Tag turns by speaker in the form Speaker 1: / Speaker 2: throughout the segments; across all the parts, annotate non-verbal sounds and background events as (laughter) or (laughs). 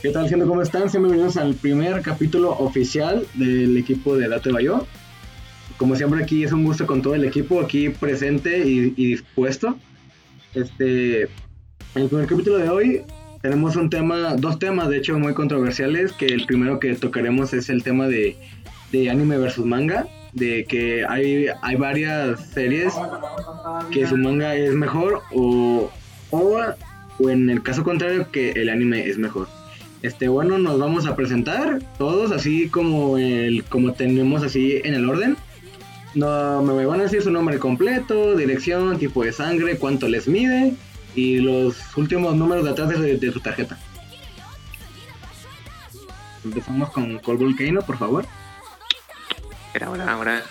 Speaker 1: ¿Qué tal, gente? ¿Cómo están? Sean bienvenidos al primer capítulo oficial del equipo de Dato de Bayo. Como siempre, aquí es un gusto con todo el equipo aquí presente y, y dispuesto. Este, en el primer capítulo de hoy tenemos un tema, dos temas de hecho muy controversiales, que el primero que tocaremos es el tema de, de anime versus manga, de que hay, hay varias series que su manga es mejor o, o, o en el caso contrario que el anime es mejor. Este, bueno, nos vamos a presentar todos así como el, como tenemos así en el orden. No, me van a decir su nombre completo, dirección, tipo de sangre, cuánto les mide y los últimos números de atrás de, de su tarjeta. Empezamos con Col Volcano, por favor.
Speaker 2: Espera, ahora, ahora.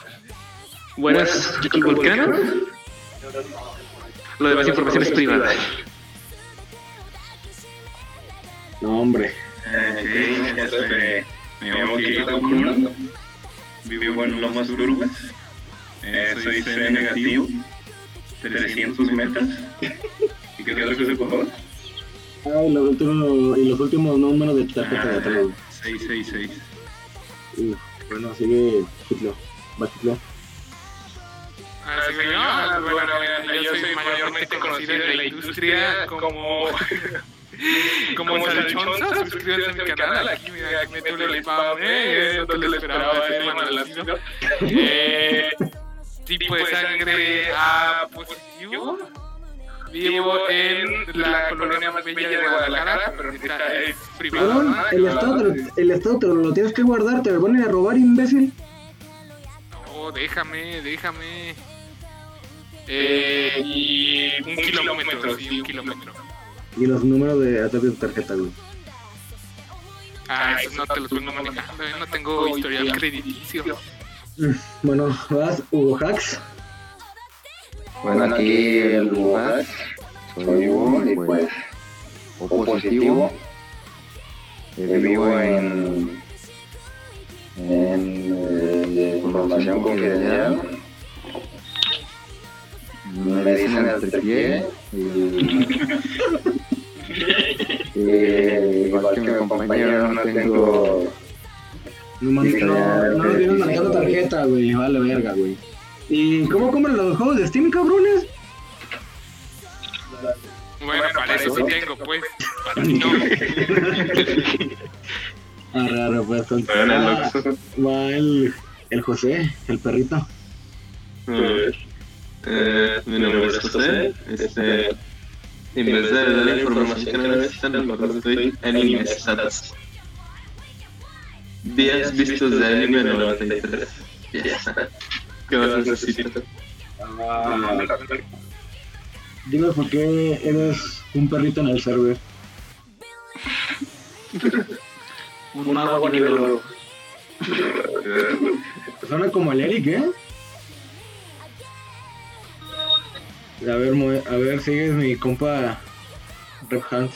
Speaker 2: Buenas, yo Col Volcano. Lo demás información es privada.
Speaker 1: No, hombre.
Speaker 3: Eh, sí, este, me llamo Kirito Kuno, vivo en Lomas Uruguas, eh, soy C negativo, 300 metas. ¿Y qué otra cosa, por favor?
Speaker 1: Ah, y los, últimos, y los últimos números de tu tarjeta de
Speaker 3: Ah,
Speaker 1: atrás.
Speaker 3: 666.
Speaker 1: Uf, Bueno, sigue Chitlo. Va Chitlo.
Speaker 4: Así que no, Ah, bueno, mira, yo soy mayormente conocido en la industria como como el salchonza, suscríbete a mi canal, aquí mira, aquí meto el spam, eh, eso no te lo esperaba, ese manolacito. Eh, tipo de pues sangre A positivo, vivo en la colonia más bella de Guadalajara, pero ahorita es privada,
Speaker 1: Perdón,
Speaker 4: ¿no?
Speaker 1: el estado, te lo, el estado te lo tienes que guardar, te lo van a ir a robar, imbécil.
Speaker 4: No, déjame, déjame. Eh, y un kilómetro, sí, un kilómetro.
Speaker 1: Y los números de atrás de tu tarjeta, güey.
Speaker 4: Ah, eso no te los vengo manejando, eh, no tengo historial crediticio.
Speaker 1: Bueno, vas Hugo Hacks.
Speaker 5: Bueno, aquí el lugar soy yo y pues o positivo. Eh, vivo en en eh, de información confidencial. Me dicen el pie y, (laughs) y Eh, igual que mi compañero no tengo
Speaker 1: No mames,
Speaker 5: Sí,
Speaker 1: no,
Speaker 5: ya,
Speaker 1: no
Speaker 5: ya,
Speaker 1: nos
Speaker 5: ya,
Speaker 1: vienen
Speaker 5: ya,
Speaker 1: marcando
Speaker 5: ya, ya.
Speaker 1: tarjeta, güey. Vale, verga, güey. ¿Y cómo compran los juegos de Steam, cabrones?
Speaker 4: Bueno, para eso sí tengo, pues. Para ti no.
Speaker 1: Arre, arre, pues. con-
Speaker 3: Soy en el
Speaker 1: Ah,
Speaker 3: Oxxo.
Speaker 1: Va el, el José, el perrito.
Speaker 3: Eh, eh, Mi nombre es José. Este, en vez de dar la información que no necesitan, mejor estoy en anime stats. 10 vistas de anime 93. Yes. ¿Qué más necesito? Ah,
Speaker 1: Dime por qué eres un perrito en el server.
Speaker 3: (laughs) Un mago nivel oro.
Speaker 1: (laughs) Suena como el Eric, ¿eh? A ver, mo- a ver, sigues mi compa Rep Hans.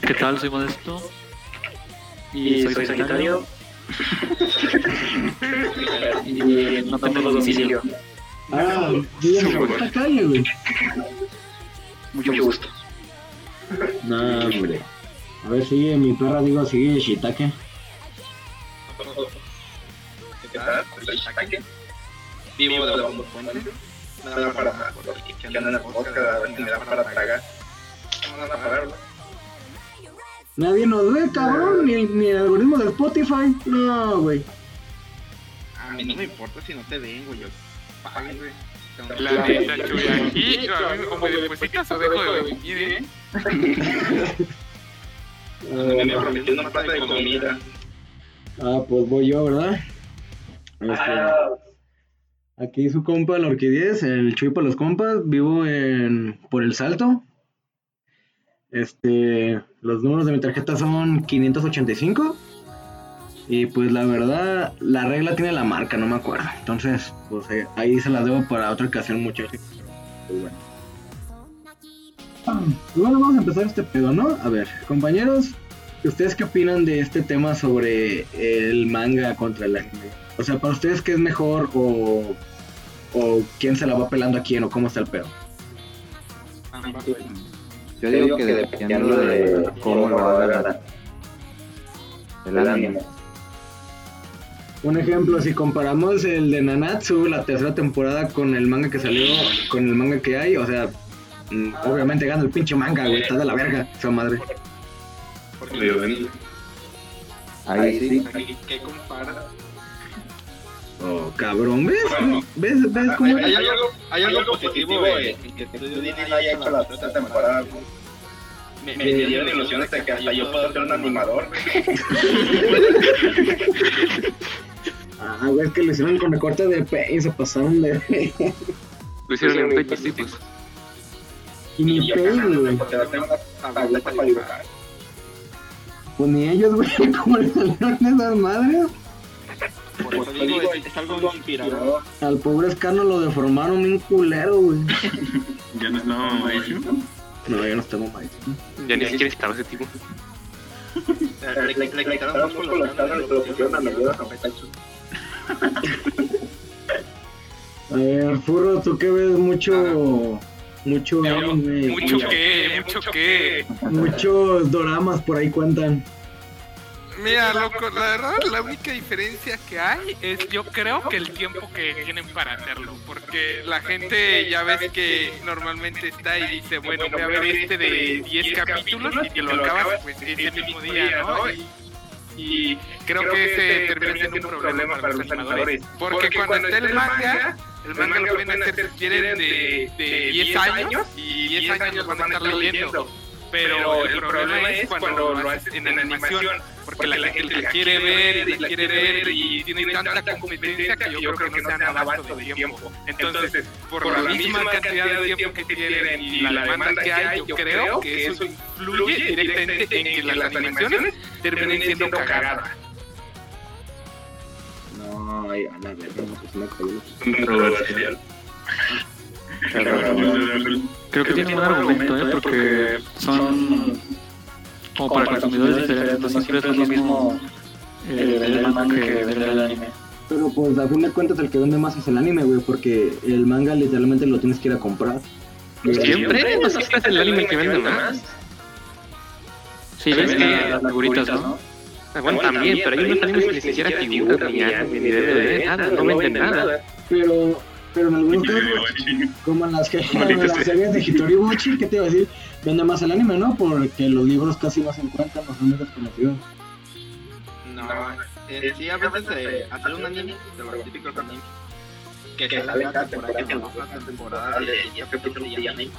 Speaker 6: ¿Qué tal? Soy Modesto.
Speaker 7: y soy sanitario y no tengo domicilio.
Speaker 1: Ah, yo ya me fui a la calle, güey.
Speaker 7: Mucho gusto.
Speaker 1: No, hombre. A ver, sigue mi perra, digo, sigue Shitake.
Speaker 3: ¿Qué tal? Soy Shakake. Vivo de Bombo Fuente. Nada para que andan a vodka, a ver si me dan para tragar. No van a pararlo.
Speaker 1: Nadie nos ve, cabrón, ni, el- ni el algoritmo de Spotify. No, güey.
Speaker 8: A mí no me importa si no te ven, güey. Yo pago, güey.
Speaker 4: La neta, chuy, aquí, a mí, o me depositas o dejo de venir, eh.
Speaker 3: Eh, Me prometieron una plata de comida.
Speaker 1: Ah, pues voy yo, ¿verdad? Este,
Speaker 3: Ah.
Speaker 1: Aquí su compa, el Orquídez, el Chuy para los compas, vivo en por el salto. Este, los números de mi tarjeta son 585. Y pues la verdad, la regla tiene la marca, no me acuerdo. Entonces, pues eh, ahí se las debo para otra ocasión, muchachos. Pues, bueno. Ah, y bueno, vamos a empezar este pedo, ¿no? A ver, compañeros, ¿Ustedes qué opinan de este tema sobre el manga contra el anime? O sea, para ustedes qué es mejor o, o quién se la va pelando a quién o cómo está el pedo.
Speaker 5: Yo digo que dependiendo de cómo lo haga el anime.
Speaker 1: Un ejemplo, si comparamos el de Nanatsu, la tercera temporada, con el manga que salió, con el manga que hay, o sea, mm, obviamente gana el pinche manga, güey, está de la verga, esa madre.
Speaker 2: Digo, ven.
Speaker 5: Ahí sí.
Speaker 3: Aquí, ¿Qué compara?
Speaker 1: Oh, cabrón, ¿ves?
Speaker 2: Bueno.
Speaker 1: ¿Ves, ves cómo
Speaker 3: Hay, hay algo, hay algo positivo
Speaker 2: güey,
Speaker 3: eh, en que tú
Speaker 2: Yo
Speaker 3: dices
Speaker 2: haya hecho la tercera temporada. güey. Me
Speaker 3: Me,
Speaker 2: dieron ilusiones de que hasta yo puedo ser un animador.
Speaker 1: Ah, güey, es que lo hicieron con recorte de pe y se pasaron de. (laughs)
Speaker 9: Lo hicieron en pecho, sí, pues.
Speaker 1: y
Speaker 2: Y
Speaker 1: ni
Speaker 2: yo
Speaker 1: pay,
Speaker 2: güey,
Speaker 1: güey.
Speaker 2: porque no tengo una tableta para dibujar.
Speaker 1: Pues ni ellos, güey, (laughs) cómo le salieron esas madres.
Speaker 3: Por eso digo, es, es algo inspirador.
Speaker 2: Yo,
Speaker 1: Al pobre Escano lo deformaron un culero, güey.
Speaker 2: yo no estaba mamadísimo.
Speaker 1: No, yo no tengo maíz.
Speaker 9: Ya
Speaker 4: pues,
Speaker 9: ni siquiera estaba ese tipo.
Speaker 3: Le- Le le quitaron mucho los
Speaker 2: cables,
Speaker 3: cables,
Speaker 2: pero
Speaker 3: lo
Speaker 2: pusieron
Speaker 3: pusieron
Speaker 2: a
Speaker 3: a
Speaker 2: la
Speaker 3: medida
Speaker 2: medida
Speaker 3: de Campetacho.
Speaker 1: A ver, Furro, tú que ves mucho. Mucho
Speaker 4: Yo-
Speaker 1: anime,
Speaker 4: Mucho que, mucho que.
Speaker 1: Muchos doramas por ahí cuentan.
Speaker 4: Mira, loco, la verdad, la única diferencia que hay es yo creo que el tiempo que tienen para hacerlo. Porque la gente ya ves que normalmente está y dice, bueno, voy a ver este de 10 capítulos y te lo acabas pues ese mismo día, ¿no? Y, y creo que ese termina siendo un problema para los animadores. Porque cuando está el manga, el manga lo pueden hacer si quieren de, de 10 años y 10 años lo van a estar leyendo. Pero el problema es cuando lo haces en animación porque la gente la quiere ver y la quiere ver y tiene tanta competencia que yo creo que no se dan abasto de tiempo. Entonces, por la misma cantidad de tiempo que tienen y la demanda que hay, yo creo que eso influye directamente en que las animaciones terminen siendo cagadas.
Speaker 5: No, ay, a la verga, no sé si me cayó.
Speaker 2: Controversial.
Speaker 10: Creo que tiene un buen argumento, ¿eh? Porque son como para consumidores diferentes, no siempre es lo mismo eh, ver el manga que ver el anime.
Speaker 1: Pero pues a fin de cuentas el que vende más es el anime, güey, porque el manga literalmente lo tienes que ir a comprar.
Speaker 9: Siempre, no siempre es el anime que vende más.
Speaker 10: Sí, ves que las figuritas, ¿no?
Speaker 9: Ah, Bueno, también, pero hay unos animes que ni siquiera figuras, ni anime, ni DVD, nada, no venden nada.
Speaker 1: Pero, pero en algunos casos, como en las, que, (laughs) en las series de Hitori Buchi, ¿qué te iba a decir? Vende más el anime, ¿no? Porque los libros casi no se encuentran, no son muy desconocidos.
Speaker 3: No, eh, sí, a veces eh, hacer un anime de los típicos animes que
Speaker 2: Que sale
Speaker 3: sale cada
Speaker 2: cada
Speaker 3: temporada, que
Speaker 2: temporada,
Speaker 3: cada temporada de
Speaker 2: de-
Speaker 3: 10 capítulos de anime.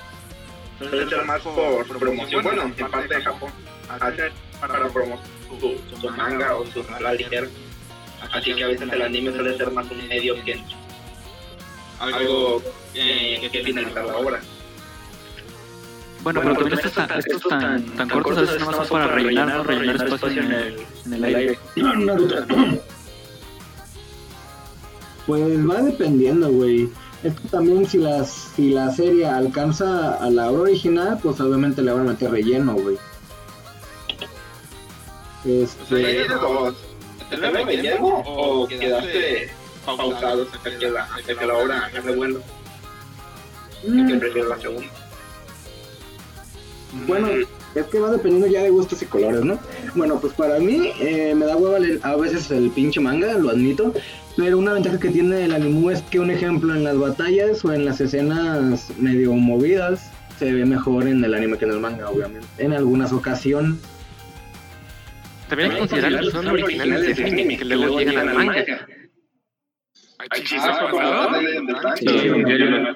Speaker 2: Suele ser más por promoción, bueno, en parte de Japón, hacen para promocionar su, su manga o su rara ligera. Así que a veces el anime suele ser más un medio que eh, algo eh, que finalizar la obra.
Speaker 10: Bueno, pero también estos tan, estos tan, tan cortos a veces nada más son para rellenar, ¿no? Rellenar espacio en el, en el aire.
Speaker 1: (clears throat) Naruto. Pues va dependiendo, güey. Es que también si la, si la serie alcanza a la obra original, pues obviamente le van a meter relleno, güey.
Speaker 3: Sí,
Speaker 1: Este,
Speaker 3: de dos.
Speaker 2: ¿Tener relleno o quedarse pausado hasta que la, hasta que la obra agarre vuelo? Yo
Speaker 1: mm,
Speaker 2: que prefiero la segunda.
Speaker 1: bueno, es Mm. que va dependiendo ya de gustos y colores, ¿no? Bueno, pues para mí eh, me da hueva leer a veces el pinche manga, lo admito. Pero una ventaja que tiene el anime es que, un ejemplo, en las batallas o en las escenas medio movidas, se ve mejor en el anime que en el manga, obviamente. En algunas ocasiones.
Speaker 9: También hay que considerar que son originales de anime, que luego llegan al manga.
Speaker 4: Ay,
Speaker 2: Sí,
Speaker 4: chis,
Speaker 2: ah,
Speaker 4: ¿ha
Speaker 2: cuando
Speaker 4: pasado?
Speaker 2: salen del tanque,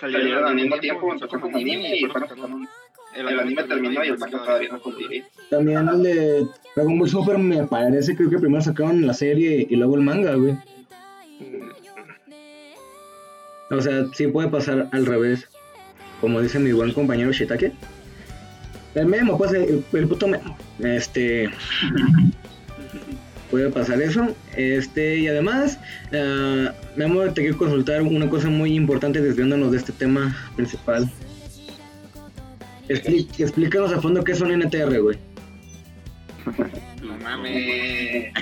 Speaker 2: Salieron al mismo tiempo, nosotros con anime y fueron con- el anime terminó y el manga todavía no concluye.
Speaker 1: También el de Dragon Ball Super me parece, creo que primero sacaron la serie y luego el manga, güey. O sea, sí puede pasar al revés. Como dice mi buen compañero Shitake. El memo, pues, el, el puto memo. Este. puede pasar eso. Este, y además, ah, Memo, te quiero consultar una cosa muy importante desviándonos de este tema principal. Expli- explícanos a fondo qué es un NTR, güey.
Speaker 3: No mames.
Speaker 2: Eh,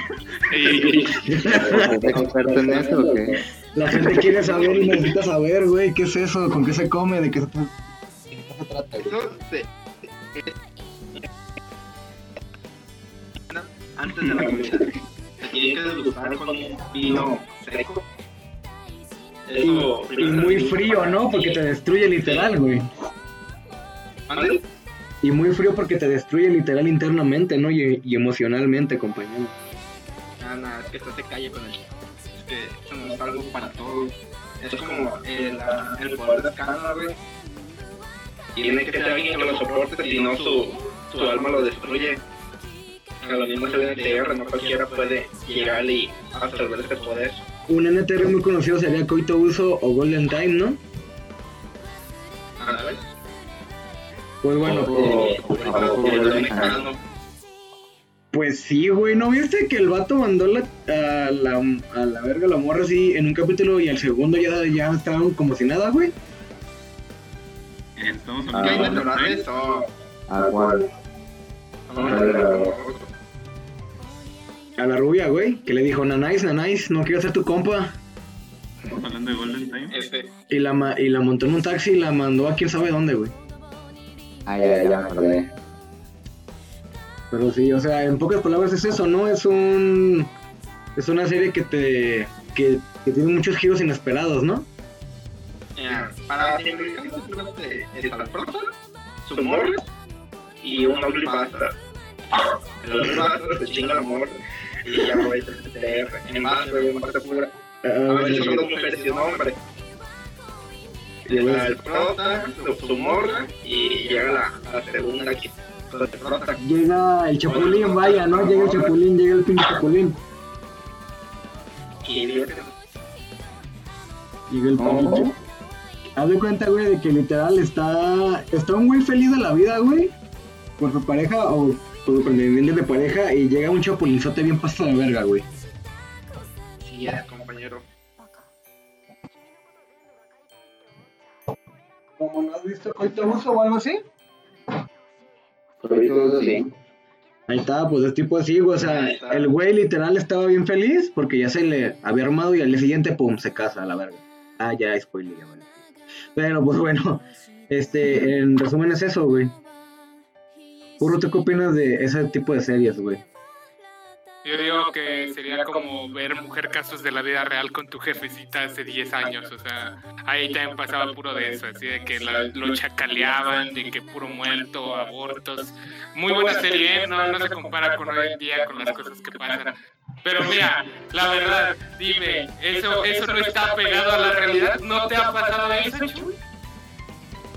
Speaker 2: (laughs)
Speaker 5: ¿Estás pues, experto en eso o qué?
Speaker 1: La gente quiere saber y necesita saber, güey, qué es eso, con qué se come, de qué se, tra- de qué se
Speaker 2: espérate. Entonces, antes de la comida, se tiene que degustar con vino seco. Digo,
Speaker 1: Y muy frío, ¿no? Porque te destruye literal, güey.
Speaker 2: ¿Mande?
Speaker 1: Y muy frío porque te destruye literal internamente, ¿no? Y, y emocionalmente, compañero.
Speaker 2: Ah, nada, es que esto se calle con el. Es que eso no es algo para todos. Es como el, ah, el poder de Cámara, güey. Tiene que ser alguien que lo soporte, si no su, su alma lo destruye. A lo mismo se ve en tierra, no cualquiera puede llegar y absorber ese poder.
Speaker 1: Un NTR muy conocido sería Coito Uso o Golden Time, ¿no?
Speaker 2: Ah, ¿ves?
Speaker 1: Pues bueno,
Speaker 11: Oh, por favor,
Speaker 2: Mexicano.
Speaker 1: Pues sí, güey, ¿no viste que el vato mandó la, a, la, a la verga la morra así en un capítulo y al segundo ya, ya estaban como si nada, güey?
Speaker 3: Estamos
Speaker 11: Ah,
Speaker 2: ¿Qué hay
Speaker 11: bueno.
Speaker 2: de hablar de eso?
Speaker 11: ¿A cuál?
Speaker 1: A la rubia, güey, que le dijo, Nanais, Nanais, no quiero ser tu compa.
Speaker 3: hablando de Golden Time.
Speaker 2: Este,
Speaker 1: Y la, ma- y la montó en un taxi y la mandó a quién sabe dónde, güey.
Speaker 11: Ah, ya, ya, ya me acordé.
Speaker 1: Pero sí, o sea, en pocas palabras es eso, ¿no? Es un. Es una serie que te. que, que tiene muchos giros inesperados, ¿no?
Speaker 2: eh, para simplificar, simplemente está el prota, su morra y un ugly bastard. (laughs) El ugly bastard se chinga la morra y ya lo ves en el TR. En más, güey, en parte pura.
Speaker 1: Ah,
Speaker 2: A
Speaker 1: bueno,
Speaker 2: veces son dos mujeres y un hombre. Llega el prota, su, su morra y llega la, la segunda que con el prota.
Speaker 1: llega el Chapulín, vaya, ¿no? Llega el Chapulín, llega el pinche Chapulín.
Speaker 2: Y dice,
Speaker 1: Llega el pinche. Haz de cuenta, güey, de que literal está. Está un güey feliz de la vida, güey. Por su pareja o por su pretendiente de pareja y llega un chapulinzote bien pasta de verga, güey.
Speaker 2: sí, ya, compañero.
Speaker 1: ¿Cómo no has visto coito uso o algo así?
Speaker 11: Coito, sí.
Speaker 1: Ahí está, pues es tipo así, güey. O sea,
Speaker 2: Ahí está.
Speaker 1: el güey literal estaba bien feliz porque ya se le había armado y al día siguiente, pum, se casa, a la verga. Ah, ya, spoiler, ya, vale. Pero pues bueno, este, en resumen es eso, güey. Puro, ¿tú qué opinas de ese tipo de series, güey?
Speaker 10: Yo digo que sería como ver mujer casos de la vida real con tu jefecita hace 10 años. O sea, ahí también pasaba puro de eso, así de que la- lo chacaleaban, de que puro muerto, abortos. Muy buena serie, ¿eh? no, no se compara con hoy en día, con las cosas que pasan. Pero mira, la verdad, dime, ¿eso, eso no está pegado a la realidad? ¿No te ha pasado eso, Chuy?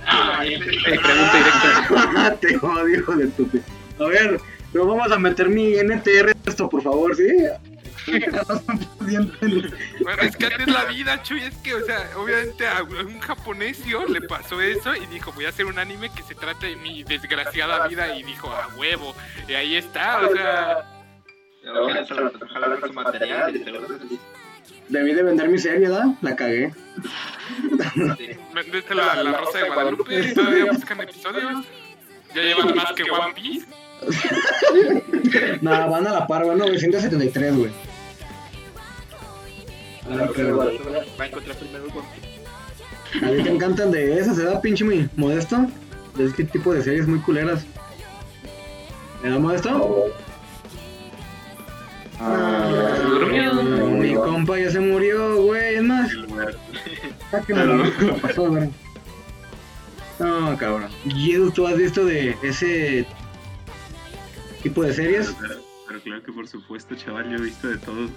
Speaker 2: Ay, (laughs)
Speaker 4: Pregunta directa.
Speaker 1: (laughs) Te odio, hijo de tu pi- A ver, pero vamos a meter mi NTR en esto, por favor, ¿sí?
Speaker 10: Bueno, es que antes la vida, Chuy, es que, o sea, obviamente a un a un japonés tío, le pasó eso y dijo, voy a hacer un anime que se trate de mi desgraciada vida y dijo, a huevo, y ahí está, o sea,
Speaker 2: Ojalá se lo- ojalá con su material y seguro que sí.
Speaker 1: (laughs)
Speaker 2: (laughs)
Speaker 1: Debí de vender mi serie, ¿verdad? La cagué.
Speaker 10: vendete la, la Rosa de Guadalupe y todavía buscan episodios. Ya llevan más que One Piece.
Speaker 1: Nada, van a la par, van 973, güey. Ah, pero-
Speaker 2: Va a encontrar primero un
Speaker 1: A ti te encantan de esas, ¿verdad, pinche mi modesto? De este tipo de series muy culeras. ¿Era modesto?
Speaker 11: Ah,
Speaker 4: Se durmió.
Speaker 1: No, mi compa ya se murió, güey. Es más, sáquenlo,
Speaker 3: Ah,
Speaker 1: ¿qué pasó, güey? No, cabrón. ¿Y Edu, tú has visto de ese tipo de series?
Speaker 3: Pero pero claro que por supuesto, chaval, yo he visto de todo.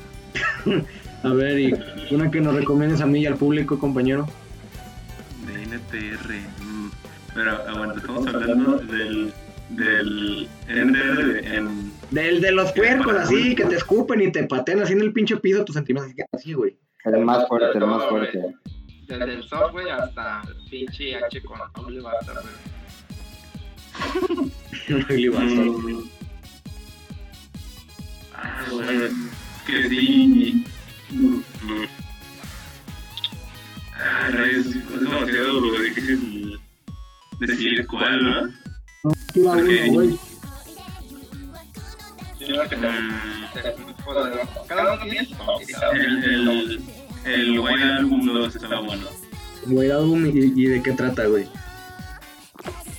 Speaker 1: A ver, y una que nos recomiendes a mí y al público, compañero.
Speaker 3: De NTR. mm. Pero aguanta, estamos hablando del, del NTR de- en.
Speaker 1: Del de los puercos, así, que te escupen y te patean así en el pinche piso tus centímetros. así, Así, güey.
Speaker 11: el más fuerte, el más fuerte.
Speaker 2: Desde el software hasta el pinche H con doble basta, güey.
Speaker 1: (laughs) Really bastard.
Speaker 3: Mm. Ah, bueno, que sí. Mm. Ah, rayos, es demasiado difícil decir cuál, ¿no?
Speaker 1: Tira uno,
Speaker 3: Ok.
Speaker 1: güey.
Speaker 3: Mm.
Speaker 2: Cada uno tiene su favorita, güey.
Speaker 3: El, el, el White Album 2 está bueno.
Speaker 1: Güey, álbum, ¿y, y de qué trata, güey?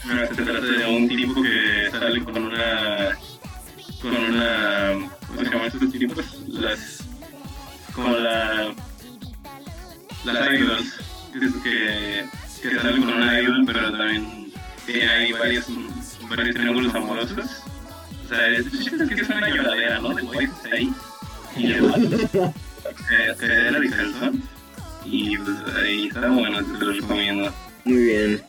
Speaker 3: Mira, Ah, se trata de un tipo que sale con una. con una. ¿Cómo se llaman estos tipos? pues, Las. como la. las idols. Que, que, que sale con una idol, pero también tiene ahí varios, varios triángulos amorosos. O sea, es, es que es una lloradera, ¿no? De güeyes ahí. Y le va. Se- Se ve la Vicalzón. Y pues ahí está bueno, te lo recomiendo.
Speaker 1: Muy bien.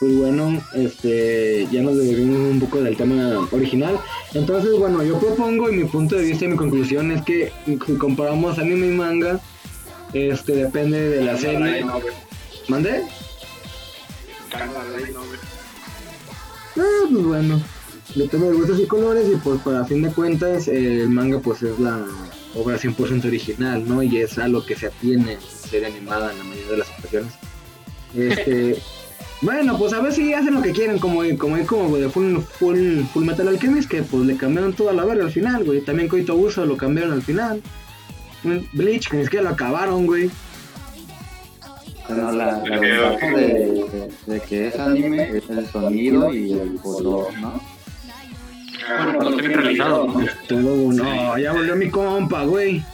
Speaker 1: Pues bueno, este, ya nos devolvimos un poco del tema original. Entonces, bueno, yo propongo y mi punto de vista y mi conclusión es que si comparamos anime y manga, este depende de la serie. ¿Mande? Ah, pues bueno, depende de gustos y colores y pues para fin de cuentas el manga pues es la obra 100% original, ¿no? Y es a lo que se atiene en serie animada en la mayoría de las ocasiones. Este, bueno, pues a ver si hacen lo que quieren, como como como güey, de full, full, full Metal Alchemist, que pues le cambiaron toda la verga al final, güey. También Coito Uso lo cambiaron al final. Mm, Bleach, que ni siquiera lo acabaron, güey.
Speaker 11: No, la, la ventaja de, de que es anime es el sonido y el color, ¿no?
Speaker 12: Ah, Bueno, pero lo tienen realizado, ¿no?
Speaker 1: Todo, no, ya volvió mi compa, güey.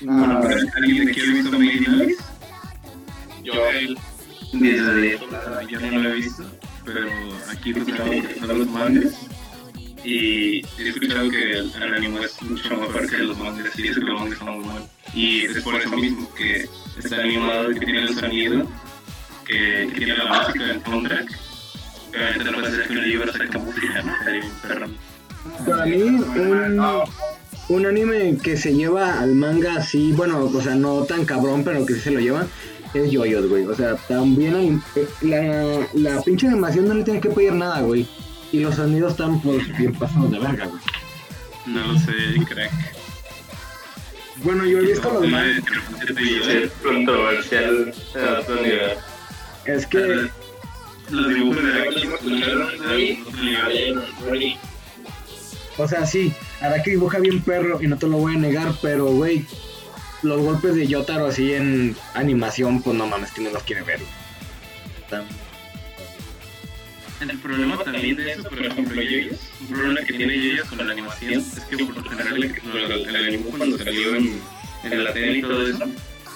Speaker 11: No,
Speaker 3: ¿Alguien de aquí ha visto Made in Abyss?
Speaker 2: Yo,
Speaker 3: Desde yo no lo he visto, pero aquí pues hago que son los mangas. Y he escuchado que el el anime es mucho mejor que los mangas, y eso que los mangas son muy mal. Y es por eso mismo que está animado, que tiene el sonido, que, que tiene la música, el soundtrack. Obviamente no puede ser que un libro saque música, ¿no? Sería un perro.
Speaker 1: Para mí, un, un anime que se lleva al manga así, bueno, o sea, no tan cabrón, pero que sí se lo lleva, es Yoyos, güey. O sea, también hay- eh, la, la pinche animación no le tiene que pedir nada, güey. Y los sonidos están pues, bien pasados de verga, güey.
Speaker 3: No lo sé, crack.
Speaker 1: Bueno, yo he visto los
Speaker 3: Una
Speaker 1: mangas.
Speaker 3: de repente te
Speaker 4: Es
Speaker 3: lleva-
Speaker 4: controversial a otro nivel.
Speaker 1: Es que
Speaker 3: Los dibujos de aquí, los nivel.
Speaker 1: O sea, sí, Araki dibuja bien perro y no te lo voy a negar, pero güey, los golpes de Yotaro así en animación, pues no mames, que no los quiere ver. güey. Está-
Speaker 3: El problema también de eso, por ejemplo, Yoyos, un problema que tiene Yoyos con la animación es que por lo general el, el, el anime cuando salió en, en la tele y todo eso,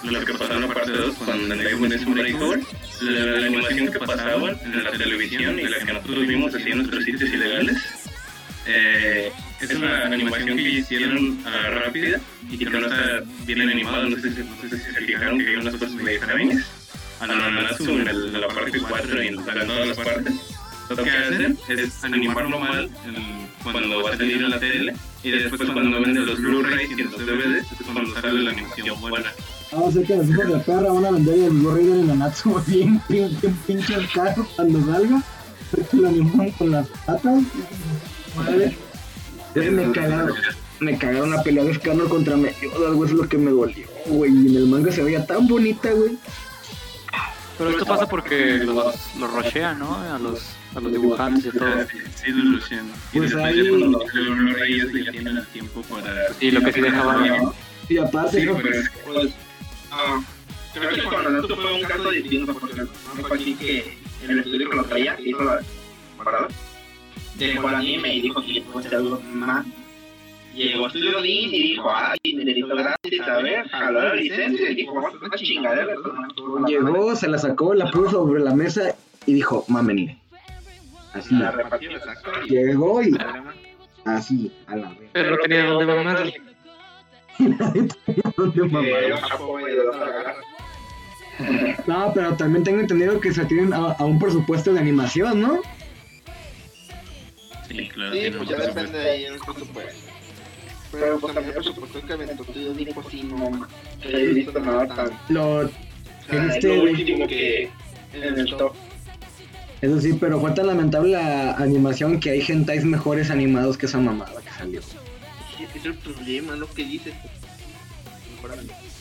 Speaker 3: lo que pasaba en la parte 2 cuando el iPhone es un breakover, la, la animación que pasaba en la televisión y la que nosotros vimos así en nuestros sitios ilegales, eh, es una animación que hicieron ah, rápida y que no está bien animada, no sé, si- no sé si se fijaron que hay unas cosas medio extrañas a Nanatsu en el- la parte 4 y en todas las partes. Lo que hacen es animarlo mal en- cuando va a salir en la tele y después cuando venden los Blu-rays y los DVDs es cuando sale la animación buena.
Speaker 1: Ah, o sea que los hijos de perra van a vender el Blu-ray de Nanatsu (laughs) bien, bien, bien pinche caro cuando salga. Porque lo animaron con las patas. Madre. Güey, me cagaron. Me cagaron la pelea de Scanner contra Meliodas, güey, eso es lo que me dolió, güey. Y en el manga se veía tan bonita, güey.
Speaker 12: Pero esto pasa porque los, los rochean, ¿no? A los, a los dibujantes y todo.
Speaker 3: Sí, lo lucen. Y
Speaker 1: Pues
Speaker 3: después
Speaker 1: ahí-
Speaker 3: ya cuando sale el Blu-ray es que ya tienen el tiempo para...
Speaker 12: Y lo que sí dejaban, ¿no?
Speaker 1: Y aparte,
Speaker 3: Sí,
Speaker 1: creo
Speaker 3: pero es-
Speaker 2: pues, ah, creo que con Renato fue un caso distinto, porque Renato fue aquí que en el estudio que lo traía, que hizo la parada, dejó el anime y dijo que le podía hacer algo más. Llegó a Estudio Link y dijo, ay, necesito gratis, a ver, jaló la licencia y dijo, vamos a hacer una chingadera. esto no estuvo la madre".
Speaker 1: Llegó, se la sacó, la puso sobre la mesa y dijo, mámenle. Así.
Speaker 2: La repartió, exacto. y-
Speaker 1: Llegó y así, a la (laughs) vez.
Speaker 4: Pero no tenía dónde mamarle.
Speaker 2: Eh, Japón, güey, de otra garra.
Speaker 1: No, pero también tengo entendido que se tienen a, a un presupuesto de animación, ¿no?
Speaker 3: Sí, claro.
Speaker 13: Sí,
Speaker 3: tienen
Speaker 13: pues ya
Speaker 3: otro
Speaker 13: depende de ahí el presupuesto. Pero pues también el presupuesto que aventó Estudio dijo sí, no, ma,
Speaker 2: Que he visto nada tan-
Speaker 1: Lo,
Speaker 2: o sea, es
Speaker 1: Este-
Speaker 2: lo último que en el top.
Speaker 1: eso sí, pero fue tan lamentable la animación que hay gentais mejores animados que esa mamada que salió.
Speaker 13: sí, es el problema, lo que dices.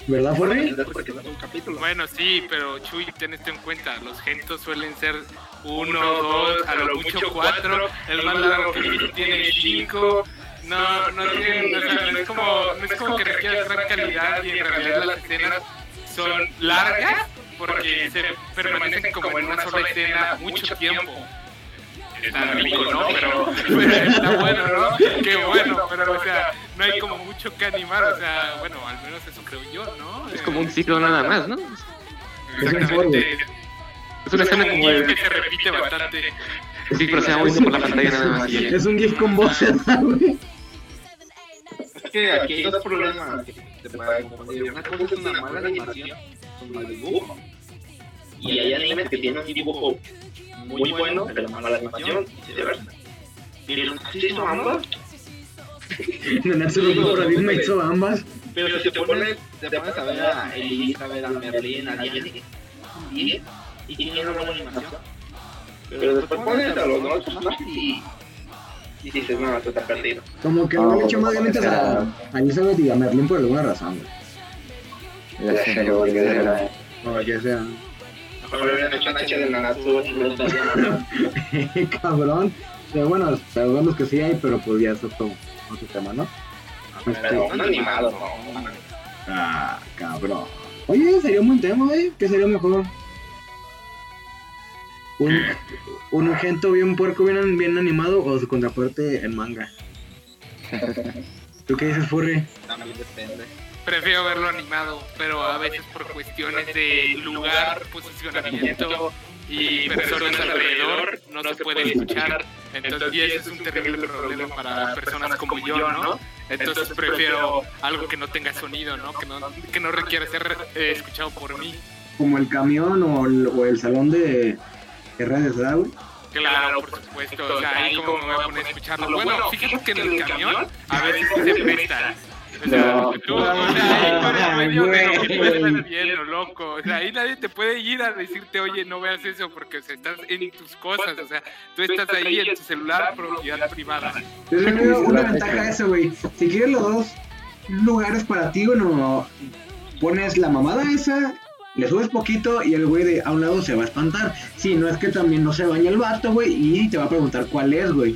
Speaker 1: ¿Verdad, Forri?
Speaker 2: Porque no es un capítulo.
Speaker 10: Bueno, sí, pero Chuy, ten esto en cuenta. Los gentos suelen ser uno, dos, a lo mucho cuatro. El más largo que tiene cinco. No, no tienen, o sea, no es como, no es como que requiera gran calidad y en realidad las escenas son largas porque se permanecen como en una sola escena mucho tiempo. tan rico, ¿no? Pero, (laughs)
Speaker 13: (laughs)
Speaker 10: pero está bueno, ¿no? Qué bueno, pero o sea, no hay como mucho que animar, o sea, bueno, al menos eso creo yo, ¿no? Eh,
Speaker 4: Es como un ciclo nada más, ¿no?
Speaker 10: Exactamente.
Speaker 4: Es una escena como
Speaker 10: Es que
Speaker 4: de...
Speaker 10: se repite bastante.
Speaker 4: Sí, pero se va moviendo por la pantalla nada más. y ya.
Speaker 1: Es un GIF con voz, (laughs) güey.
Speaker 13: Es que aquí hay dos problemas que te pueden confundir. Una cosa es una mala animación, un mal dibujo.
Speaker 7: Y hay animes que tienen un dibujo muy bueno, pero mala animación, y viceversa. Pero no existen ambas,
Speaker 1: Nanatsu no Kurorabit me hizo ambas.
Speaker 13: Pero si te pones, te pones a ver a Elisa, a ver a Merlin, a Diane, bien, y tienen una buena animación. Pero después pones a los dos personajes y, y dices, no, esto está perdido.
Speaker 1: Como que no le echo más ganitas a, a Elizabeth y a Merlin por alguna razón, güey.
Speaker 11: Ya se acabó el video de la-
Speaker 1: O ya sea. (laughs)
Speaker 13: Mejor hubieran hecho una H de Nanatsu y no estaría mal.
Speaker 1: Cabrón. Eh, bueno, perdón los que sí hay, pero pues ya eso es otro, otro tema, ¿no?
Speaker 13: Pero
Speaker 1: Este,
Speaker 13: un animado, no, no.
Speaker 1: ah, cabrón. Oye, sería un buen tema, güey. ¿Qué sería mejor? Un, un urgento bien puerco, bien, bien animado o su contraparte en manga. ¿Tú qué dices, Furry?
Speaker 13: También depende.
Speaker 10: Prefiero verlo animado, pero a veces por cuestiones de lugar, posicionamiento y personas alrededor no se puede escuchar. Entonces, y ese es un terrible problema para personas como yo, ¿no? Entonces prefiero algo que no tenga sonido, ¿no? Que no, que no requiera ser eh, escuchado por mí.
Speaker 1: ¿Como el camión o el, o el salón de redes, güey?
Speaker 10: Claro, por supuesto. O sea, ahí como me voy a poner a escucharlo. Bueno, fíjate que en el camión a veces se presta. O sea,
Speaker 11: No.
Speaker 10: tú, o sea, ahí por el
Speaker 1: Ay,
Speaker 10: medio de lo que
Speaker 1: güey.
Speaker 10: puedes ver bien, lo loco. O sea, ahí nadie te puede ir a decirte, oye, no veas eso porque o sea, estás en tus cosas. O sea, tú estás ahí en tu celular, propiedad privada.
Speaker 1: Yo le veo una ventaja a eso, güey. Si quieres los dos lugares para ti, bueno, pones la mamada esa, le subes poquito y el güey de a un lado se va a espantar. Si no es que también no se baña el vato, güey, y te va a preguntar cuál es,
Speaker 10: (laughs)
Speaker 1: güey.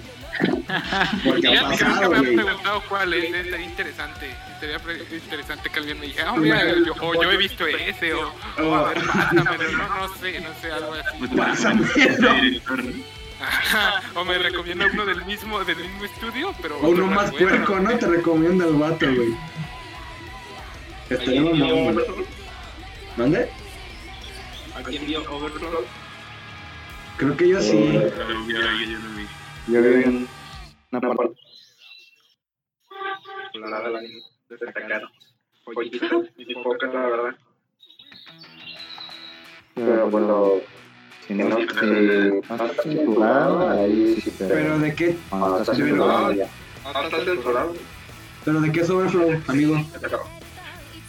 Speaker 1: Porque ha
Speaker 10: Ya creo
Speaker 1: pasado,
Speaker 10: que me han
Speaker 1: güey.
Speaker 10: preguntado cuál es. Estaría interesante. Estaría pre- interesante que alguien me dijera, ah, mira, yo, o yo he visto ese, o, o a ver, pásamelo. No, no sé, no sé, algo así.
Speaker 13: (laughs)
Speaker 3: pues,
Speaker 10: (laughs)
Speaker 1: Pásame,
Speaker 10: Ajá, o me recomienda uno del mismo, del mismo estudio, pero
Speaker 1: O uno
Speaker 10: otro
Speaker 1: más
Speaker 10: bueno.
Speaker 1: puerco,
Speaker 10: (laughs)
Speaker 1: ¿no? Te recomiendo el vato, güey. Estaría
Speaker 13: ¿Alguien
Speaker 1: mamón,
Speaker 13: vio
Speaker 1: güey.
Speaker 13: Overlord?
Speaker 1: ¿Mande?
Speaker 13: ¿Alguien vio Overlord?
Speaker 1: Creo que yo sí.
Speaker 3: Pero yo la vi, yo la vi.
Speaker 11: Yo vi un- una parte.
Speaker 13: La verdad, la anime destacaron. Pollito, y poca, la verdad.
Speaker 11: Pero bueno, si no, si no está censurado, ahí sí te.
Speaker 1: Pero de qué,
Speaker 11: cuando está
Speaker 1: pero-
Speaker 11: censurado, ya.
Speaker 13: No está censurado.
Speaker 1: pero de qué es Overflow, amigo.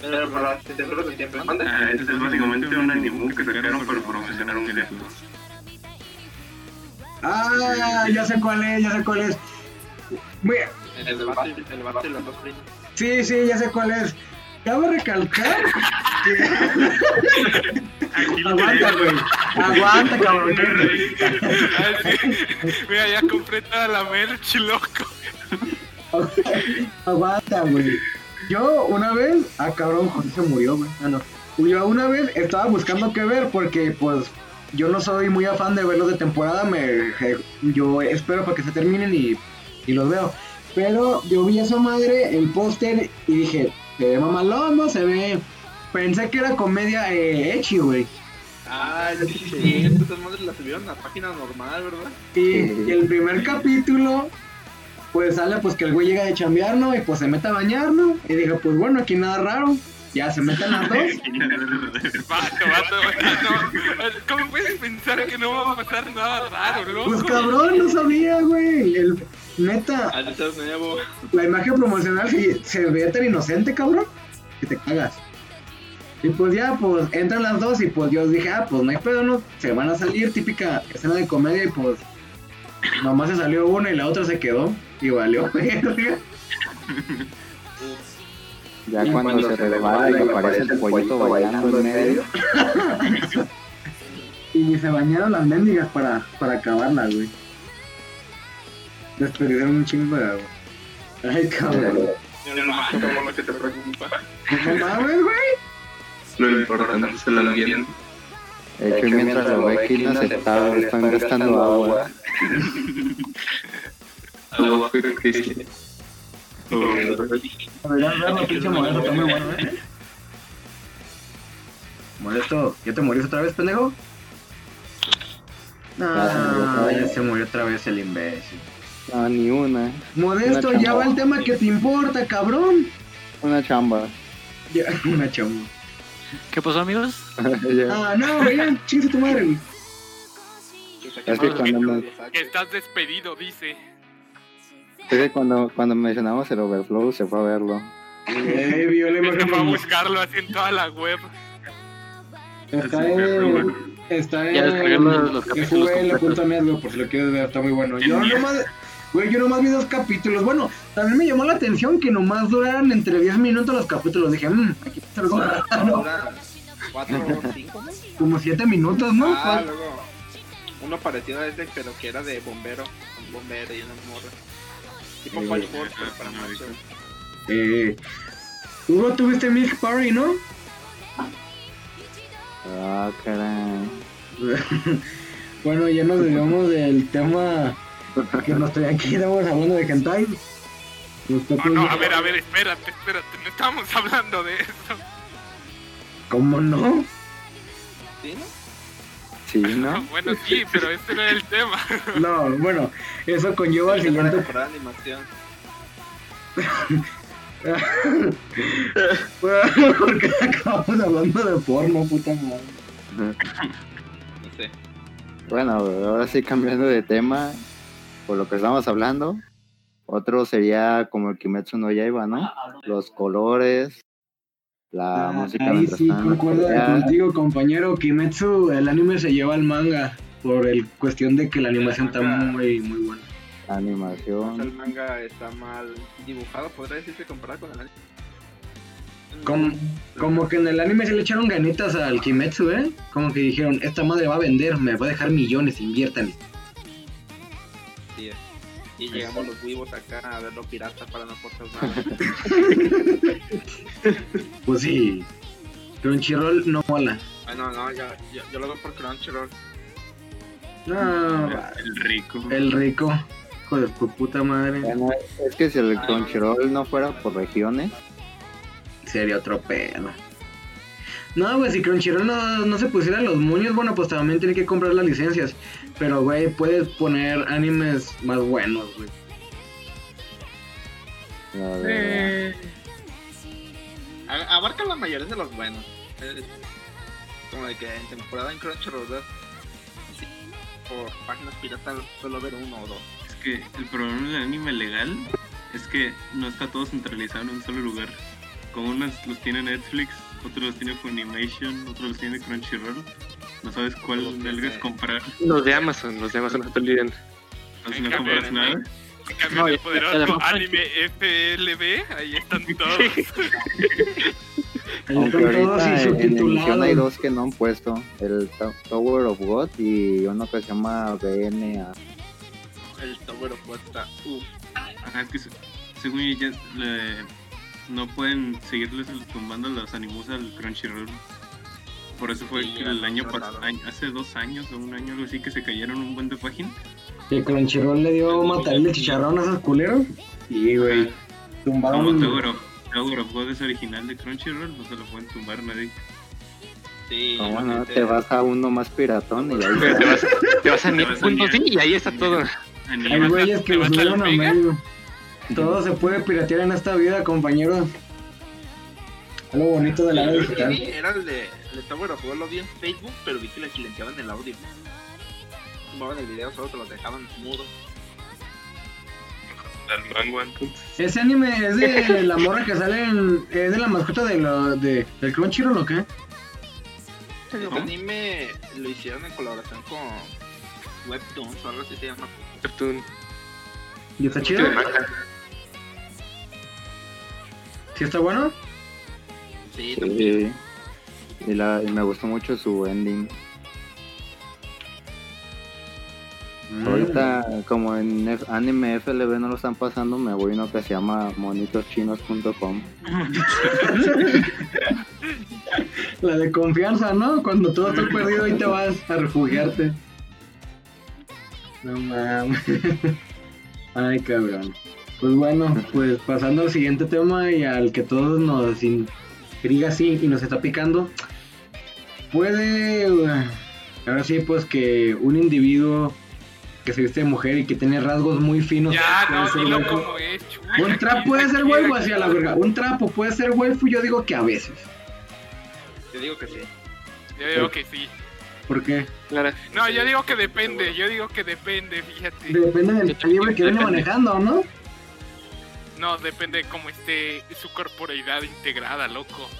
Speaker 13: Pero para te censuro de siempre. Manda.
Speaker 3: Ah, este es básicamente un anime que sacaron para promocionar un videojuego.
Speaker 1: Ah, ya sé cuál es, ya sé cuál es. Mira,
Speaker 13: El debate, el debate de las dos primas.
Speaker 1: Sí, sí, ya sé cuál es. Cabe recalcar que... Aguanta, güey. Aguanta, cabrón.
Speaker 10: Ah, sí. Mira, ya compré toda la merch, loco.
Speaker 1: Aguanta, güey. Yo una vez... Ah, cabrón, José se murió, güey. Ah, no. Yo una vez estaba buscando qué ver porque, pues, yo no soy muy afán de verlos de temporada. Me, yo espero para que se terminen y, y los veo. Pero yo vi esa madre, el póster, y dije, se ve mamalomo, se ve... Pensé que era comedia eh, echi, güey.
Speaker 13: Ah, ya sí, sí. Estas madres las subieron a la página normal, ¿verdad?
Speaker 1: Y, y el primer capítulo, pues sale pues que el güey llega de chambear, ¿no? Y pues se mete a bañar, ¿no? Y dije, pues bueno, aquí nada raro. Ya se meten las dos.
Speaker 10: Vato, vato, vato. ¿Cómo puedes pensar que no va a pasar nada raro, loco?
Speaker 1: Pues cabrón, no sabía, güey. El- neta,
Speaker 13: Al ser nuevo.
Speaker 1: la imagen promocional se, se ve tan inocente, cabrón, que te cagas. Y pues ya, pues entran las dos y pues yo dije, ah, pues no hay pedo, no, se van a salir, típica escena de comedia y pues nomás se salió una y la otra se quedó y valió (laughs) verga.
Speaker 11: Ya cuando se revela y aparece el pollito bailando en (laughs) medio,
Speaker 1: Y ni se bañaron las mendigas para, para acabarla, güey. Desperdiciaron un chingo de agua. Ay, cabrón.
Speaker 13: No mames, como lo que te preocupa.
Speaker 1: No mames, güey.
Speaker 3: Lo importante es el ambiente.
Speaker 11: de hecho, mientras la máquina se está, están gastando agua.
Speaker 3: Algo creo que sí.
Speaker 1: Deberían verlo, pinche molesto, está muy bueno, ¿eh? Molesto, ¿ya te morís otra vez, pendejo? No, ya se murió otra vez el imbécil.
Speaker 5: No, ni
Speaker 11: ¿eh?
Speaker 5: una.
Speaker 1: Modesto,
Speaker 5: Una
Speaker 1: ya va
Speaker 5: chamba.
Speaker 1: el tema que te importa, cabrón.
Speaker 5: Una
Speaker 11: (laughs)
Speaker 5: chamba.
Speaker 1: Ya, una chamba.
Speaker 12: ¿Qué pasó, amigos?
Speaker 5: Ya.
Speaker 1: Ah, no, güey, ya, chingue tu madre, güey.
Speaker 5: es que cuando, me-
Speaker 10: Que estás despedido, dice.
Speaker 5: es que cuando, cuando mencionamos el overflow se fue a verlo.
Speaker 1: Eh, vio la
Speaker 10: Es que
Speaker 1: imagen.
Speaker 10: va a buscarlo así en toda la web.
Speaker 1: Está eh. en. Está en.
Speaker 12: Ya descargué los- los
Speaker 1: en
Speaker 12: capítulos completos.
Speaker 1: jvl.net, güey, por si lo quieres ver, está muy bueno. Yo nomás. Güey, yo nomás vi dos capítulos. Bueno, también me llamó la atención que nomás duraran entre 10 minutos los capítulos. Dije, mmm, aquí está algo raro.
Speaker 2: Dura cuatro o cinco, ¿no?
Speaker 1: Como 7 minutos, ¿no?
Speaker 2: Ah, luego uno parecido a este, pero que era de bombero. Un bombero y una morra. Tipo
Speaker 1: Sí,
Speaker 2: Fall Force, pero para machos.
Speaker 1: Eh. Hugo, tuviste Milk Party, ¿no? (laughs)
Speaker 5: Ah, caray.
Speaker 1: bueno, ya nos desviamos del tema que nos traía aquí. Estamos hablando de hentai. Pues, Nosotros-
Speaker 10: Ah, no, a ver, a ver, espérate, espérate. No estábamos hablando de eso.
Speaker 1: ¿Cómo no?
Speaker 2: ¿Sí, no?
Speaker 5: Sí, ¿no?
Speaker 10: Bueno, sí, pero ese no era el tema.
Speaker 1: No, bueno, eso conlleva al
Speaker 2: Es una
Speaker 1: siguiente.
Speaker 2: temporada de animación.
Speaker 1: (laughs) Porque acabamos hablando de porno, puta madre.
Speaker 2: No sé.
Speaker 5: Bueno, ahora sí cambiando de tema, por lo que estábamos hablando, otro sería como el Kimetsu no Yaiba, ¿no? Los colores, la Ah, música
Speaker 1: Ah, Ahí
Speaker 5: mientras
Speaker 1: sí
Speaker 5: están en la
Speaker 1: concuerdo
Speaker 5: pelea.
Speaker 1: contigo, compañero. Kimetsu, el anime se lleva al manga por el cuestión de que la animación está muy, muy buena.
Speaker 5: la
Speaker 2: O sea,
Speaker 5: animación.
Speaker 2: Pues el manga está mal dibujado, podría decirse comparado con el anime.
Speaker 1: Como, como que en el anime se le echaron ganitas al Kimetsu, ¿eh? Como que dijeron, esta madre va a vender, me va a dejar millones, inviértanle.
Speaker 2: Sí, eh. Y llegamos los huevos acá a verlo pirata para no aportar
Speaker 5: (laughs)
Speaker 2: nada.
Speaker 1: Pues sí, Crunchyroll no mola.
Speaker 2: Ah, no, no, ya, yo, yo lo veo por Crunchyroll.
Speaker 1: No,
Speaker 3: Ah, El rico.
Speaker 1: el rico, hijo de tu puta madre,
Speaker 5: Bueno, es que si el Crunchyroll no fuera por regiones,
Speaker 1: sería otro pedo. No, güey, si Crunchyroll no, no se pusiera los moños, bueno, pues también tiene que comprar las licencias. Pero, güey, puedes poner animes más buenos, güey.
Speaker 5: la verdad,
Speaker 2: A- Abarca la mayoría de los buenos. Eh, Como de que en temporada en Crunchyroll, ¿verdad? Sí, por páginas piratas suelo ver uno o dos.
Speaker 3: Es que el problema del anime legal es que no está todo centralizado en un solo lugar. Como unos los tiene Netflix, otros los tiene Funimation, otros los tiene Crunchyroll. No sabes
Speaker 2: Los
Speaker 3: cuál
Speaker 2: tiene-
Speaker 3: debes comprar.
Speaker 4: Los de Amazon, los de Amazon no te olviden.
Speaker 3: Entonces
Speaker 10: En
Speaker 3: no
Speaker 10: cambio,
Speaker 3: compras
Speaker 10: en
Speaker 3: nada.
Speaker 10: En cambio,
Speaker 12: No,
Speaker 10: en
Speaker 12: y-
Speaker 10: el poderoso
Speaker 12: además-
Speaker 10: anime FLB, ahí están todos.
Speaker 1: Ahí
Speaker 5: Aunque
Speaker 1: están todos y
Speaker 5: ahorita en- en emisión hay
Speaker 1: subtitulados.
Speaker 5: dos que no han puesto, el To- Tower of God y uno que se llama BNA.
Speaker 2: El Tower of God está, uff.
Speaker 3: Ajá, es que se- según yo ya le- no pueden seguirles tumbando los animus al Crunchyroll. Por eso fue
Speaker 2: Sí,
Speaker 3: que
Speaker 2: ya
Speaker 3: el
Speaker 2: no
Speaker 3: año
Speaker 2: trataron.
Speaker 3: pasado, hace dos años o un año algo así, que se cayeron un buen de páginas.
Speaker 1: Que Crunchyroll le dio matarle de chicharrón a esos culeros. Sí, güey.
Speaker 3: Ah,
Speaker 1: ah,
Speaker 3: Como
Speaker 1: Tumbaron.
Speaker 3: Tower of, Tower of God es original de Crunchyroll, no se lo pueden tumbar nadie.
Speaker 2: Sí,
Speaker 5: ¿Cómo no?
Speaker 2: gente,
Speaker 5: Te vas a uno más piratón y ahí
Speaker 4: Pero te vas, te vas a
Speaker 3: Te vas a
Speaker 4: nivel.sí y ahí está
Speaker 3: Nier.
Speaker 4: todo.
Speaker 3: Anime.
Speaker 1: Hay güeyes que
Speaker 10: ¿Te
Speaker 1: los
Speaker 10: vas al
Speaker 1: subieron a
Speaker 10: Mega?
Speaker 1: medio. Todo se puede piratear en esta vida, compañeros. Es lo bonito de la era
Speaker 2: Sí,
Speaker 1: digital.
Speaker 2: Era el de, el de Tower of God, lo vi en Facebook, pero vi que le silenciaban el audio. Tumbaban el video, solo te lo dejaban mudo.
Speaker 1: Ese anime es de la morra que sale en. Es de la mascota de lo, de, del Crunchyroll o qué?
Speaker 2: El
Speaker 3: ¿No?
Speaker 2: anime lo hicieron en colaboración con Webtoons o algo así se llama.
Speaker 4: Cartoon.
Speaker 1: ¿Y está chido? ¿Sí está bueno?
Speaker 2: Sí,
Speaker 5: Sí. Y, la, y me gustó mucho su ending.
Speaker 1: Mm.
Speaker 5: Ahorita, como en F- anime FLB no lo están pasando, me voy a uno que se llama monitoschinos.com.
Speaker 1: La de confianza, ¿no? Cuando todo está perdido, ahí te vas a refugiarte. No mames. (laughs) Ay, cabrón. Pues bueno, pues pasando al siguiente tema y al que todos nos intriga así y nos está picando. Puede, ahora sí, pues que un individuo que se viste de mujer y que tiene rasgos muy finos.
Speaker 10: Ya, no, dilo como es, chula,
Speaker 1: Un trapo puede ser huevo hacia la verga. Un trapo puede ser huevo, yo digo que a veces.
Speaker 2: Yo digo que sí.
Speaker 10: Yo digo que sí.
Speaker 1: ¿Por qué?
Speaker 10: Claro. No, yo digo que depende, yo digo que depende, fíjate.
Speaker 1: Depende del calibre que viene manejando, ¿no?
Speaker 10: No, depende de cómo esté su corporeidad integrada, loco.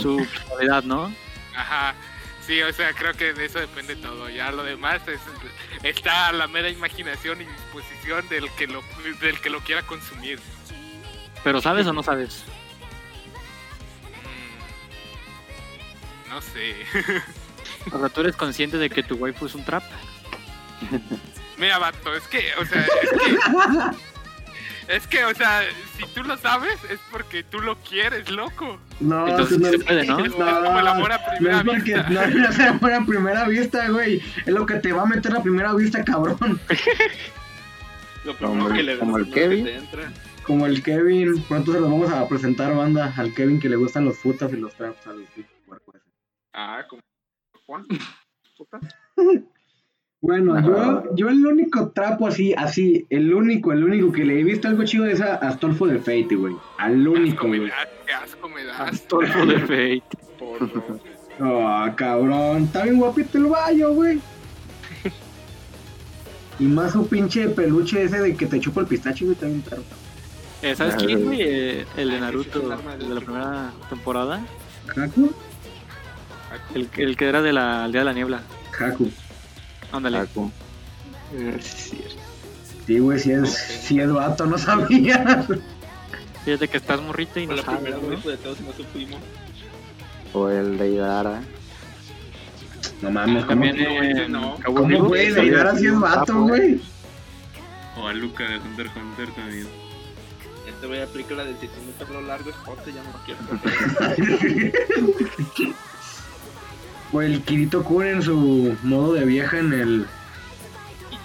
Speaker 12: Su personalidad, ¿no?
Speaker 10: Ajá. Sí, o sea, creo que de eso depende todo. Ya lo demás es, está a la mera imaginación y disposición del que lo del que lo quiera consumir.
Speaker 12: Pero ¿sabes o no sabes?
Speaker 10: Mm, no sé. (laughs)
Speaker 12: o sea, tú eres consciente de que tu waifu es un trap.
Speaker 10: Mira, vato, es que, o sea, es que Es que, o sea, si tú lo sabes, es porque tú lo quieres, loco.
Speaker 1: No,
Speaker 12: Entonces
Speaker 1: no,
Speaker 12: se puede, ¿no?
Speaker 1: no,
Speaker 10: Es como el amor a
Speaker 1: no
Speaker 10: primera
Speaker 1: es porque
Speaker 10: vista. (laughs)
Speaker 1: no no es el amor a primera vista, güey. Es lo que te va a meter a primera vista, cabrón.
Speaker 2: Lo primero
Speaker 5: Como el-
Speaker 2: que le
Speaker 5: como el
Speaker 2: lo que
Speaker 5: Kevin.
Speaker 2: te entra.
Speaker 1: Como el Kevin, pronto se lo vamos a presentar, banda, al Kevin que le gustan los putas y los traps al pinche puerco ese.
Speaker 2: Ah, como Juan. Puta.
Speaker 1: Bueno,
Speaker 5: Ajá.
Speaker 1: yo, yo el único trapo así, así, el único, el único que le he visto algo chido es a Astolfo de Fate, güey. Al único,
Speaker 10: asco me
Speaker 1: güey.
Speaker 10: das, qué asco me das.
Speaker 12: Astolfo de Fate.
Speaker 2: Por favor.
Speaker 1: Oh, cabrón, está bien guapito el baño, (laughs) güey. y más su pinche peluche ese de que te chupa el pistache, güey, está bien perro.
Speaker 12: Eh, ¿Sabes
Speaker 5: Ah,
Speaker 12: quién,
Speaker 5: sí.
Speaker 12: güey? Eh, El de
Speaker 2: Ah, que sí,
Speaker 12: Naruto,
Speaker 2: el arma
Speaker 12: el
Speaker 2: del
Speaker 12: de la
Speaker 2: truco.
Speaker 12: primera temporada.
Speaker 1: ¿Haku?
Speaker 12: El, el que era de la aldea de la niebla.
Speaker 1: Haku.
Speaker 12: Ándale.
Speaker 5: Taco.
Speaker 1: Sí, güey, si es, si es vato, no sabía.
Speaker 12: Fíjate que estás morrito y
Speaker 2: Fue
Speaker 12: no
Speaker 2: la primera
Speaker 12: sabes, ¿no?
Speaker 4: pues.
Speaker 2: vez de todos no supimos.
Speaker 5: O el de Idara.
Speaker 1: No mames, ¿cómo,
Speaker 12: También eh,
Speaker 2: No,
Speaker 12: Cabo
Speaker 1: ¿cómo
Speaker 12: Vivo.
Speaker 1: puede llegar así es vato, güey?
Speaker 3: O a Luca de Hunter x Hunter también.
Speaker 2: Ya te voy a aplicar Este la del si tienes pelo largo es corte, ya no lo quiero.
Speaker 1: O el Kirito Kun en su modo de vieja en el...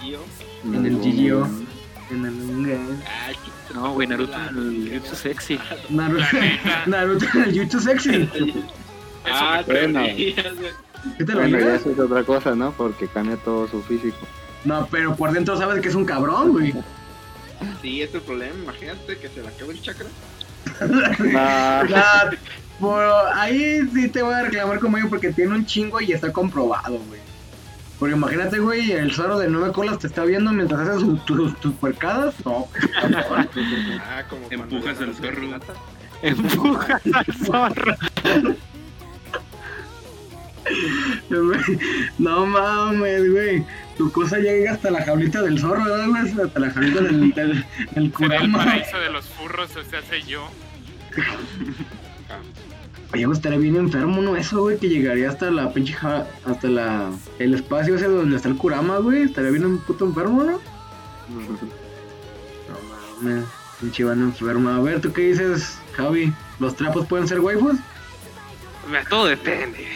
Speaker 2: Y yo.
Speaker 1: En
Speaker 5: Mm,
Speaker 1: el GGO. En el manga.
Speaker 2: Ay, qué-
Speaker 12: No, güey, Naruto en el Jutsu Sexy.
Speaker 1: Naruto,
Speaker 10: La neta.
Speaker 1: (laughs) Naruto en el YouTube Sexy.
Speaker 2: Ah,
Speaker 5: bueno.
Speaker 1: ¿Qué te lo
Speaker 5: Bueno, ya
Speaker 1: digas?
Speaker 5: eso es otra cosa, ¿no? Porque cambia todo su físico.
Speaker 1: (laughs) No, pero por dentro sabes que es un cabrón, güey.
Speaker 2: Sí, es el problema. Imagínate que se le acabó el chakra.
Speaker 1: (laughs) La- por ahí sí te voy a reclamar como yo porque tiene un chingo y está comprobado, güey. Porque imagínate, güey, el zorro de nueve colas te está viendo mientras haces sus- tus, tus puercadas. No,
Speaker 2: Ah, como cuando
Speaker 3: Empujas
Speaker 2: le dan
Speaker 3: al
Speaker 2: la
Speaker 3: zorro. (laughs)
Speaker 2: chocolata.
Speaker 12: Empujas al zorro.
Speaker 1: güey. no mames, güey. Tu cosa llega hasta la jaulita del zorro, ¿verdad, güey? Hasta la jaulita del, del, del
Speaker 10: Será el
Speaker 1: Kurama.
Speaker 10: paraíso de los furros, o sea, sé yo.
Speaker 1: Oye, güey, estaría bien enfermo, ¿no? Eso, güey, que llegaría hasta la pinche. ja- hasta la. El espacio ese donde está el Kurama, güey. Estaría bien un puto enfermo, ¿no? No mames. Pinche van enferma. A ver, ¿tú qué dices, Javi? ¿Los trapos pueden ser waifus?
Speaker 4: (laughs) Mira, todo depende.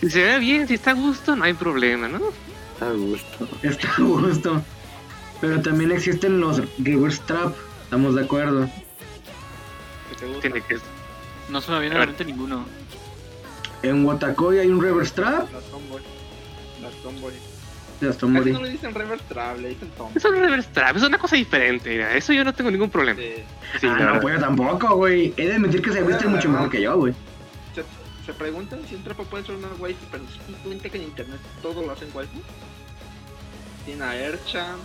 Speaker 4: Si se ve bien, si está a gusto, no hay problema, ¿no?
Speaker 5: Está a gusto.
Speaker 1: Está a gusto. Pero también existen los reverse trap. Estamos de acuerdo.
Speaker 2: Que te gusta.
Speaker 4: Tiene que
Speaker 12: No se me viene a la mente ninguno.
Speaker 1: En Watakoy hay un reverse trap.
Speaker 2: Las tomboy. Las tomboy.
Speaker 1: Ya está
Speaker 2: A eso no
Speaker 1: morir.
Speaker 2: le dicen reverse trap, le dicen tomboy.
Speaker 4: Es un reverse trap, es una cosa diferente, mira, eso yo no tengo ningún problema.
Speaker 2: Se,
Speaker 1: ah,
Speaker 4: Sí, la
Speaker 1: no,
Speaker 4: verdad.
Speaker 1: pues yo tampoco, güey. He de admitir que se visten mucho mejor que yo, güey.
Speaker 2: se, se preguntan si un trapo puede ser una waifu, pero se dan cuenta que en internet todo lo hacen waifu. Tiene a Erchan,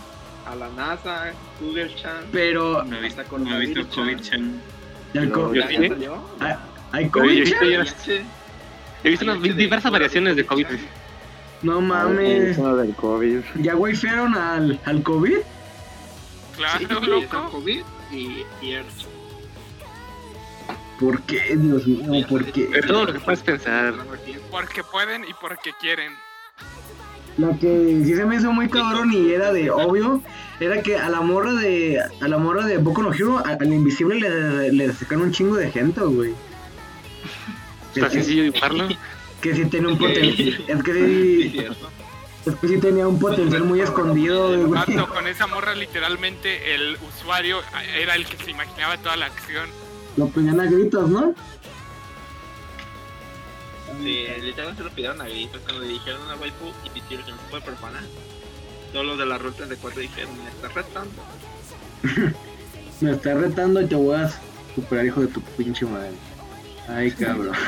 Speaker 2: a la NASA, Google Chan.
Speaker 1: Pero,
Speaker 3: No he visto,
Speaker 2: Hasta con
Speaker 3: no he visto
Speaker 2: coronavirus,
Speaker 3: COVID-chan.
Speaker 1: ¿y el co-
Speaker 5: Yo
Speaker 2: ¿Ya
Speaker 4: sí.
Speaker 2: salió?
Speaker 1: ¿hay
Speaker 4: Oye,
Speaker 1: COVID?
Speaker 4: yo-
Speaker 1: chat?
Speaker 4: yo- He visto unas diversas variaciones de COVID.
Speaker 1: No
Speaker 5: Ah,
Speaker 1: mames.
Speaker 5: es uno del COVID.
Speaker 1: ¿Ya waifaron al, al COVID?
Speaker 10: Claro,
Speaker 2: Sí, está
Speaker 10: loco.
Speaker 2: COVID y, y Erchan.
Speaker 1: ¿Por qué, Dios mío? ¿Por qué?
Speaker 4: Es todo lo que puedes pensar.
Speaker 10: Porque pueden y porque quieren.
Speaker 1: Lo que sí se me hizo muy cabrón y era de obvio, era que a la morra de a la morra de Boku no Hero, a- al invisible le, le sacaron un chingo de gente, güey. Que, sí-
Speaker 4: Está Pues (laughs) sencillo dibujarlo.
Speaker 1: que sí tiene un potencial. Es que sí,
Speaker 2: cierto.
Speaker 1: Es que sí tenía un potencial muy escondido, güey.
Speaker 10: Vato, con esa morra literalmente el usuario era el que se imaginaba toda la acción.
Speaker 1: Lo pedían a gritos, ¿no?
Speaker 2: Sí, literalmente lo pidieron a gritos cuando dijeron una waifu y pidieron que no se puede profanar. Todos los de las rutas de cuatro dijeron, me estás retando.
Speaker 1: Me estás retando y te voy a superar, hijo de tu pinche madre. Ay, cabrón. (laughs)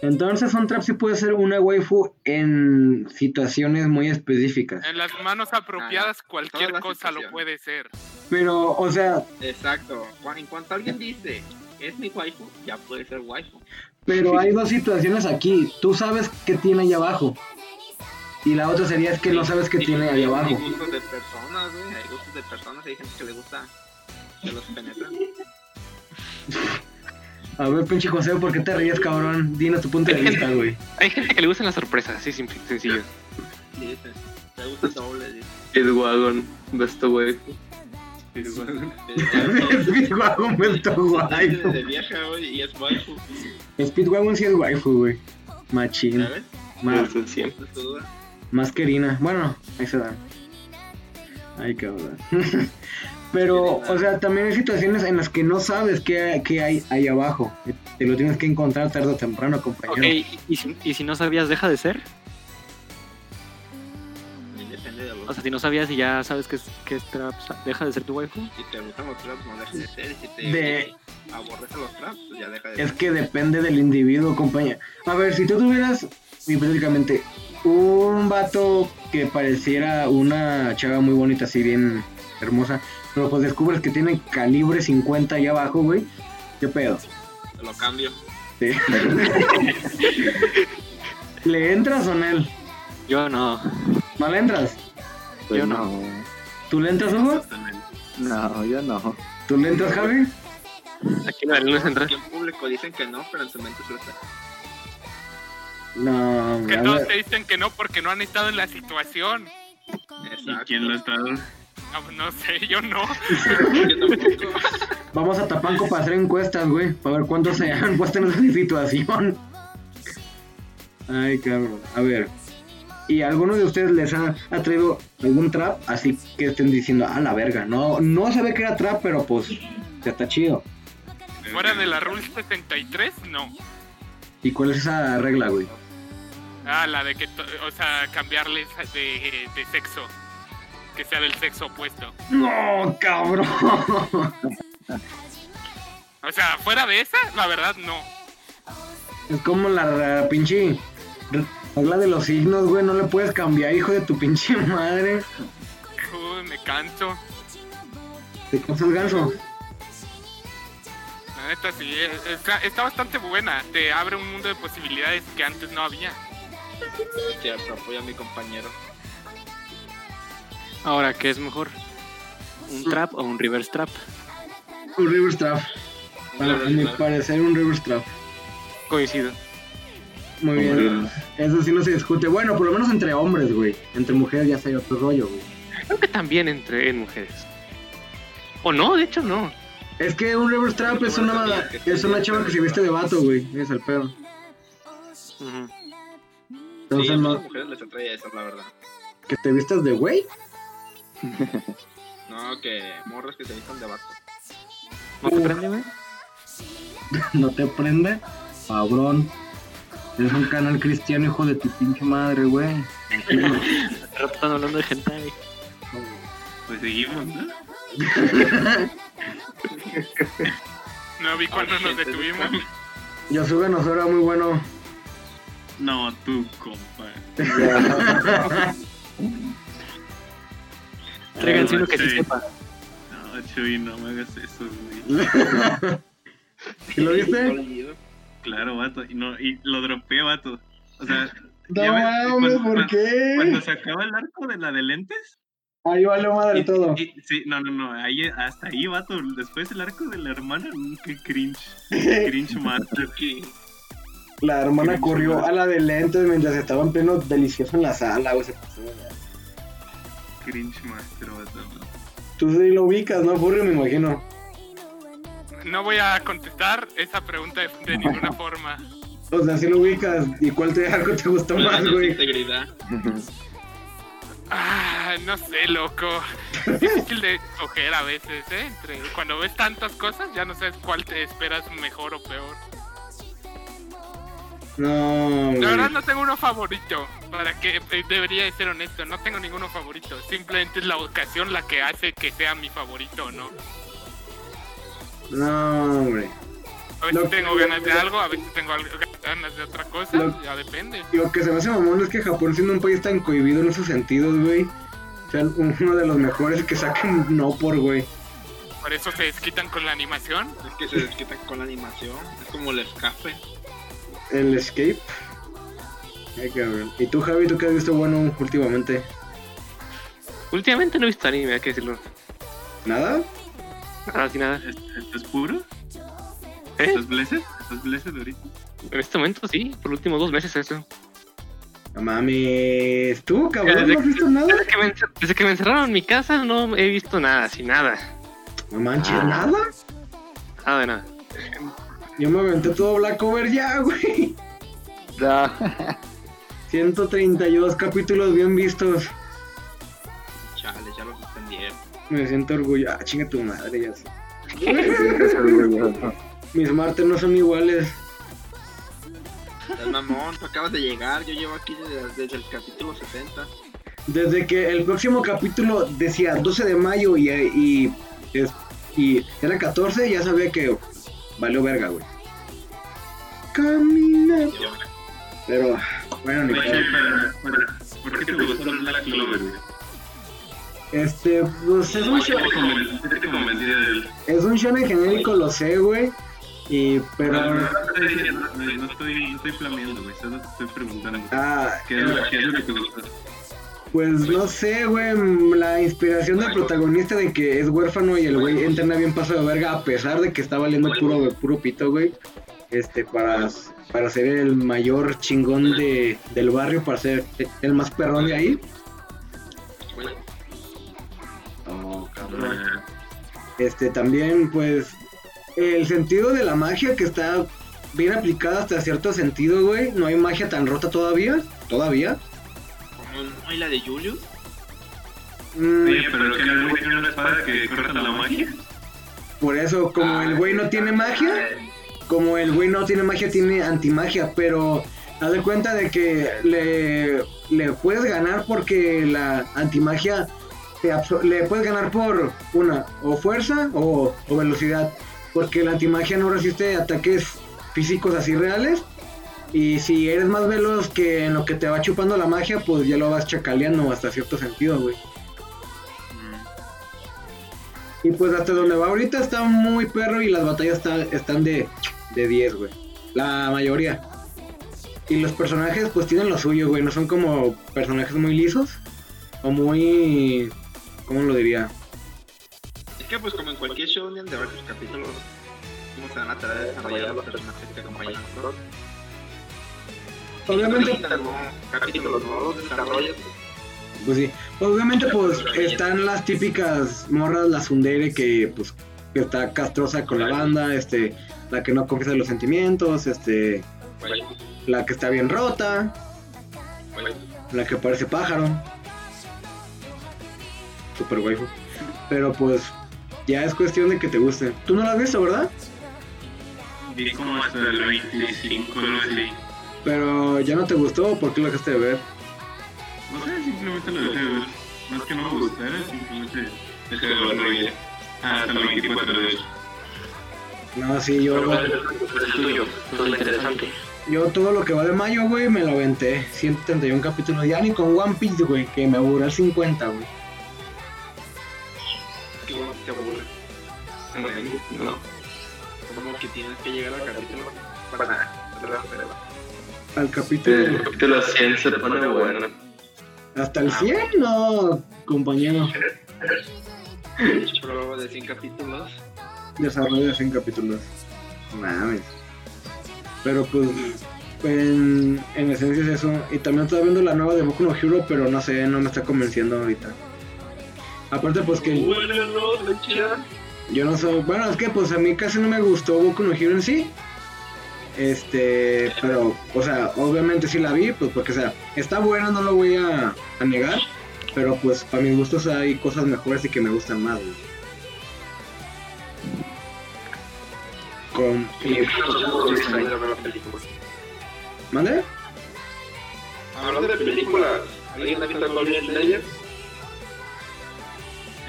Speaker 1: Entonces un trap sí puede ser una waifu en situaciones muy específicas.
Speaker 10: En las manos apropiadas ah, cualquier cosa lo puede ser.
Speaker 1: Pero, o sea...
Speaker 2: Exacto. En cuanto alguien dice, es mi waifu, ya puede ser waifu.
Speaker 1: Pero sí. hay dos situaciones aquí. Tú sabes qué tiene ahí abajo. Y la otra sería es que sí, no sabes qué sí, tiene ahí abajo.
Speaker 2: Hay gustos de personas, güey. Hay gustos de personas. Hay gente que le gusta que los penetran.
Speaker 1: A ver, pinche José, ¿por qué te ríes, cabrón? Dinos tu punto (laughs)
Speaker 14: Hay
Speaker 1: de vista,
Speaker 14: gente-
Speaker 1: güey.
Speaker 14: Hay gente que le gustan las sorpresas, así simple, sencillo.
Speaker 2: Dice, te gusta el doble. Dice,
Speaker 14: Edwagon, best waifu.
Speaker 1: (laughs) Speedwagon vuelto
Speaker 2: Dice,
Speaker 1: waifu.
Speaker 2: de vieja, güey, y es waifu.
Speaker 1: Speedwagon sí es waifu, güey. Machín.
Speaker 2: ¿Sabes?
Speaker 1: Más,
Speaker 2: No es tu duda.
Speaker 1: más querina. Bueno, ahí se dan. Ay, cabrón. (laughs) Pero, o sea, también hay situaciones en las que no sabes qué, qué hay ahí abajo. Te lo tienes que encontrar tarde o temprano,
Speaker 4: Ok,
Speaker 1: compañero.
Speaker 4: y, y si, y si no sabías, deja de ser.
Speaker 2: Y Depende de
Speaker 4: O
Speaker 2: los.
Speaker 4: sea, si no sabías y ya sabes que es, que es trap, o sea, deja de ser tu waifu.
Speaker 2: Si te gustan los traps, no dejes de ser. Y Si te
Speaker 1: De-
Speaker 2: aborrece los traps, pues ya deja de
Speaker 1: Es
Speaker 2: ser.
Speaker 1: que depende del individuo, compañero. A ver, si tú tuvieras, hipotéticamente, un vato que pareciera una chava muy bonita, así bien hermosa, pero pues descubres que tiene calibre 50 allá abajo, güey. ¿Qué pedo?
Speaker 2: Te Lo cambio.
Speaker 4: (laughs)
Speaker 1: Sí. ¿Le entras o no? él?
Speaker 4: Yo no.
Speaker 1: ¿No le entras?
Speaker 5: Pues
Speaker 4: Yo
Speaker 5: no.
Speaker 1: ¿Tú le entras, Hugo?
Speaker 5: No, yo no.
Speaker 1: ¿Tú le entras, Javi?
Speaker 14: Aquí no, no es entrar.
Speaker 2: Aquí en público dicen que no, pero en su mente se lo está.
Speaker 1: No,
Speaker 10: Que
Speaker 1: a
Speaker 10: todos
Speaker 1: ver.
Speaker 10: te dicen que no porque no han estado en la situación.
Speaker 2: Exacto.
Speaker 3: ¿Y quién lo está?
Speaker 10: No, pues no sé,
Speaker 1: (laughs)
Speaker 10: yo no.
Speaker 2: (laughs) Yo tampoco.
Speaker 1: Vamos a Tapanco para hacer encuestas, güey. Para ver cuántos se han puesto en esa situación. Ay, cabrón. A ver. ¿Y a alguno de ustedes les ha, ha traído algún trap? Así que estén diciendo, ah, la verga. No, no se ve que era trap, pero pues ya está chido.
Speaker 10: Fuera de la Rule 73, no.
Speaker 1: ¿Y cuál es esa regla, güey?
Speaker 10: Ah, la de que, to- o sea, cambiarles de, de sexo. Que sea del sexo opuesto.
Speaker 1: No, cabrón. (laughs)
Speaker 10: O sea, fuera de esa, la verdad, no.
Speaker 1: Es como la, la pinche regla de los signos, güey. No le puedes cambiar, hijo de tu pinche madre.
Speaker 10: Uy, me canso.
Speaker 1: Te cansas ganso.
Speaker 10: La neta, sí, es- está, está bastante buena. Te abre un mundo de posibilidades que antes no había.
Speaker 2: Cierto, apoya a mi compañero.
Speaker 4: Ahora, ¿qué es mejor? ¿Un trap o un reverse trap?
Speaker 1: Un river trap. Para
Speaker 2: Claro,
Speaker 1: mi
Speaker 2: claro.
Speaker 1: parecer, un river trap.
Speaker 14: Coincido.
Speaker 1: Muy bien. Eso sí no se discute. Bueno, por lo menos entre hombres, güey. Entre mujeres ya sería otro rollo, güey.
Speaker 14: Creo que también entre en mujeres. O no, de hecho no.
Speaker 1: Es que un reverse trap es una, es una chava que se viste de vato, güey. Es el pedo.
Speaker 4: Ujú.
Speaker 2: Sí, a
Speaker 1: Entonces,
Speaker 2: las
Speaker 1: no,
Speaker 2: mujeres les atrae eso, la verdad.
Speaker 1: que te vistas de güey. (laughs)
Speaker 2: No, que morras que se vistan de vato.
Speaker 4: ¿No te prende, güey?
Speaker 1: No te prende. Cabrón. Es un canal cristiano, hijo de tu pinche madre, güey.
Speaker 4: Al rato Están hablando de hentai.
Speaker 3: Pues seguimos, ¿no?
Speaker 10: No vi cuando nos detuvimos.
Speaker 1: Yosuga nos era muy bueno.
Speaker 3: No, tú,
Speaker 4: (laughs)
Speaker 3: compa.
Speaker 4: Tráiganse uno que sí
Speaker 3: sí.
Speaker 4: sepa.
Speaker 3: No, Chuy, no me hagas eso, güey. (laughs)
Speaker 1: ¿Y lo viste?
Speaker 2: Dolido.
Speaker 3: Claro, vato. Y, no, y lo dropeé, vato. O sea,
Speaker 1: No
Speaker 3: ya ves,
Speaker 1: mames,
Speaker 3: cuando-
Speaker 1: ¿por
Speaker 3: Cuando
Speaker 1: qué?
Speaker 3: se acaba el arco de la de lentes.
Speaker 1: Ahí va lo madre
Speaker 3: y-
Speaker 1: todo.
Speaker 3: y- sí, no, no, no. Ahí, hasta ahí, vato. Después el arco de la hermana, mm,
Speaker 1: (laughs)
Speaker 3: qué cringe. Cringe master.
Speaker 1: La hermana corrió a la de lentes mientras estaba en pleno delicioso en la sala, güey. Se pasó, güey.
Speaker 3: Cringe master, vato. no.
Speaker 1: Tú sí lo ubicas, ¿no, Furrio? Me imagino.
Speaker 10: No voy a contestar esa pregunta de, de ninguna forma.
Speaker 1: O sea, sí lo ubicas. ¿Y cuál te, (laughs) algo te gustó
Speaker 2: Me da
Speaker 1: más, güey?
Speaker 2: integridad.
Speaker 10: Ah, no sé, loco. Es difícil de escoger a veces, ¿eh? Entre, cuando ves tantas cosas, ya no sabes cuál te esperas mejor o peor.
Speaker 1: No.
Speaker 10: La verdad no tengo uno favorito. Para que eh, debería de ser honesto, no tengo ninguno favorito. Simplemente es la ocasión la que hace que sea mi favorito, ¿no?
Speaker 1: No, hombre.
Speaker 10: A veces
Speaker 1: Lo-
Speaker 10: tengo ganas de algo, a veces tengo al- ganas de otra cosa,
Speaker 1: Lo-
Speaker 10: ya depende.
Speaker 1: Lo que se me hace mamón es que Japón siendo un país tan cohibido en esos sentidos, güey. O sea, uno de los mejores que saquen no por, güey.
Speaker 10: Por eso se desquitan con la animación.
Speaker 2: Es que se desquitan con la animación. Es como el escape.
Speaker 1: El escape. Ay, cabrón. ¿Y tú, Javi, tú qué has visto bueno últimamente?
Speaker 4: Últimamente no he visto anime, hay que decirlo.
Speaker 1: ¿Nada?
Speaker 4: Nada, sin nada.
Speaker 3: ¿Estás puro?
Speaker 4: ¿Eh?
Speaker 3: ¿Estás blessed? ¿Estás blessed ahorita?
Speaker 4: En este momento sí, por los últimos dos meses eso.
Speaker 1: No mames. ¿Tú, cabrón?
Speaker 4: Desde
Speaker 1: ¿No has visto nada?
Speaker 4: Desde que, me, encer- desde que me encerraron en mi casa no he visto nada, sin nada.
Speaker 1: No manches,
Speaker 4: Ah.
Speaker 1: nada.
Speaker 4: Nada de nada.
Speaker 1: Yo me aventé todo Black Over ya, güey. (laughs)
Speaker 5: No.
Speaker 1: 132 capítulos bien vistos.
Speaker 2: Chale, ya lo suspendieron.
Speaker 1: Me siento orgulloso. Ah, chinga tu madre, ya sé.
Speaker 5: Te sientes orgulloso.
Speaker 1: Mis martes no son iguales.
Speaker 2: El mamón, tú acabas de llegar. Yo llevo aquí desde, desde el capítulo 60.
Speaker 1: Desde que el próximo capítulo decía 12 de mayo y, y, es- y era 14, ya sabía que valió verga, güey. Camina. Pero, bueno, ni
Speaker 3: Oye,
Speaker 1: pedo.
Speaker 3: pero, pero, ¿por qué te gustó el Black Clover? güey?
Speaker 1: Este, pues es un,
Speaker 3: ¿Qué
Speaker 1: show,
Speaker 3: te conven- qué te convenció de él?
Speaker 1: es un shonen genérico, lo sé, güey. Y, pero,
Speaker 3: No, no, no estoy diciendo, güey, no estoy, no estoy flameando, güey, solo te estoy preguntando.
Speaker 1: ah,
Speaker 3: ¿Qué es lo, qué es lo que te gustó?
Speaker 1: pues no sé, güey. mm, La inspiración del protagonista de que es huérfano y el güey entrena bien paso de verga, a pesar de que está valiendo puro, puro pito, güey. Este, para, para ser el mayor chingón de, del barrio, para ser el más perrón de ahí. Oh, cabrón. Este también, pues, el sentido de la magia que está bien aplicada hasta cierto sentido, güey. No hay magia tan rota todavía. Todavía.
Speaker 2: Como no, y la de Julius.
Speaker 1: Mm,
Speaker 3: Oye, pero que el güey tiene una espada que corta la magia.
Speaker 1: por eso, como el güey no tiene magia, como el güey no tiene magia, tiene antimagia, pero haz de cuenta de que le, le puedes ganar porque la antimagia te absor- le puedes ganar por una, o fuerza o, o velocidad, porque la antimagia no resiste ataques físicos así reales. Y si eres más veloz que en lo que te va chupando la magia, pues ya lo vas chacaleando hasta cierto sentido, güey. Y pues hasta donde va ahorita está muy perro y las batallas está- están de, de 10, güey. La mayoría. Y los personajes pues tienen lo suyo, güey. No son como personajes muy lisos. O muy... ¿Cómo lo diría?
Speaker 2: Es que, pues, como en cualquier show, de varios capítulos, ¿cómo se van a tratar de desarrollar los personajes que acompañan a nosotros?
Speaker 1: Obviamente,
Speaker 2: Capítulos nuevos, desarrollos.
Speaker 1: pues sí. Obviamente pues están las típicas morras, la sundere que pues que está castrosa con la banda, este, la que no confiesa los sentimientos, este, la que está bien rota, la que parece pájaro. Super waifu. Pero pues ya es cuestión de que te guste. Tú no la has visto, ¿verdad?
Speaker 3: Vi como hasta el 25, algo así.
Speaker 1: Pero ya no te gustó, ¿por qué lo dejaste de ver?
Speaker 3: No sé, simplemente lo dejé de ver. No es que no me gustara, simplemente dejé de verlo y ya. Ah, hasta el 24 de hecho.
Speaker 1: No, sí, yo,
Speaker 4: Es el tuyo, es lo interesante.
Speaker 1: yo todo lo que va de mayo, güey, me lo aventé. 131 capítulos. Ya ni con One Piece, güey, que me aburre el 50, güey.
Speaker 2: Que bueno, te aburre.
Speaker 4: No.
Speaker 2: Como que tienes que llegar al capítulo para
Speaker 1: Al capítulo.
Speaker 4: El capítulo 100 se pone bueno.
Speaker 1: Hasta el 100, no, compañero.
Speaker 2: el programa de 100 capítulos.
Speaker 1: desarrollo de 100 capítulos. Mames. Pero pues, en, en esencia es eso. Y también estaba viendo la nueva de Boku no Hero, pero no sé, no me está convenciendo ahorita. Aparte, pues que
Speaker 2: Bueno, no, la chida.
Speaker 1: yo no soy. Bueno, es que pues a mí casi no me gustó Boku no Hero en sí. Este, pero, o sea, obviamente sí la vi, pues porque, o sea, está buena, no lo voy a, a negar. Pero pues para mis gustos hay cosas mejores y que me gustan más, güey. Con.
Speaker 7: Y...
Speaker 1: ¿Mande?
Speaker 7: Hablando de películas, ¿alguien ha visto Goblin Slayer?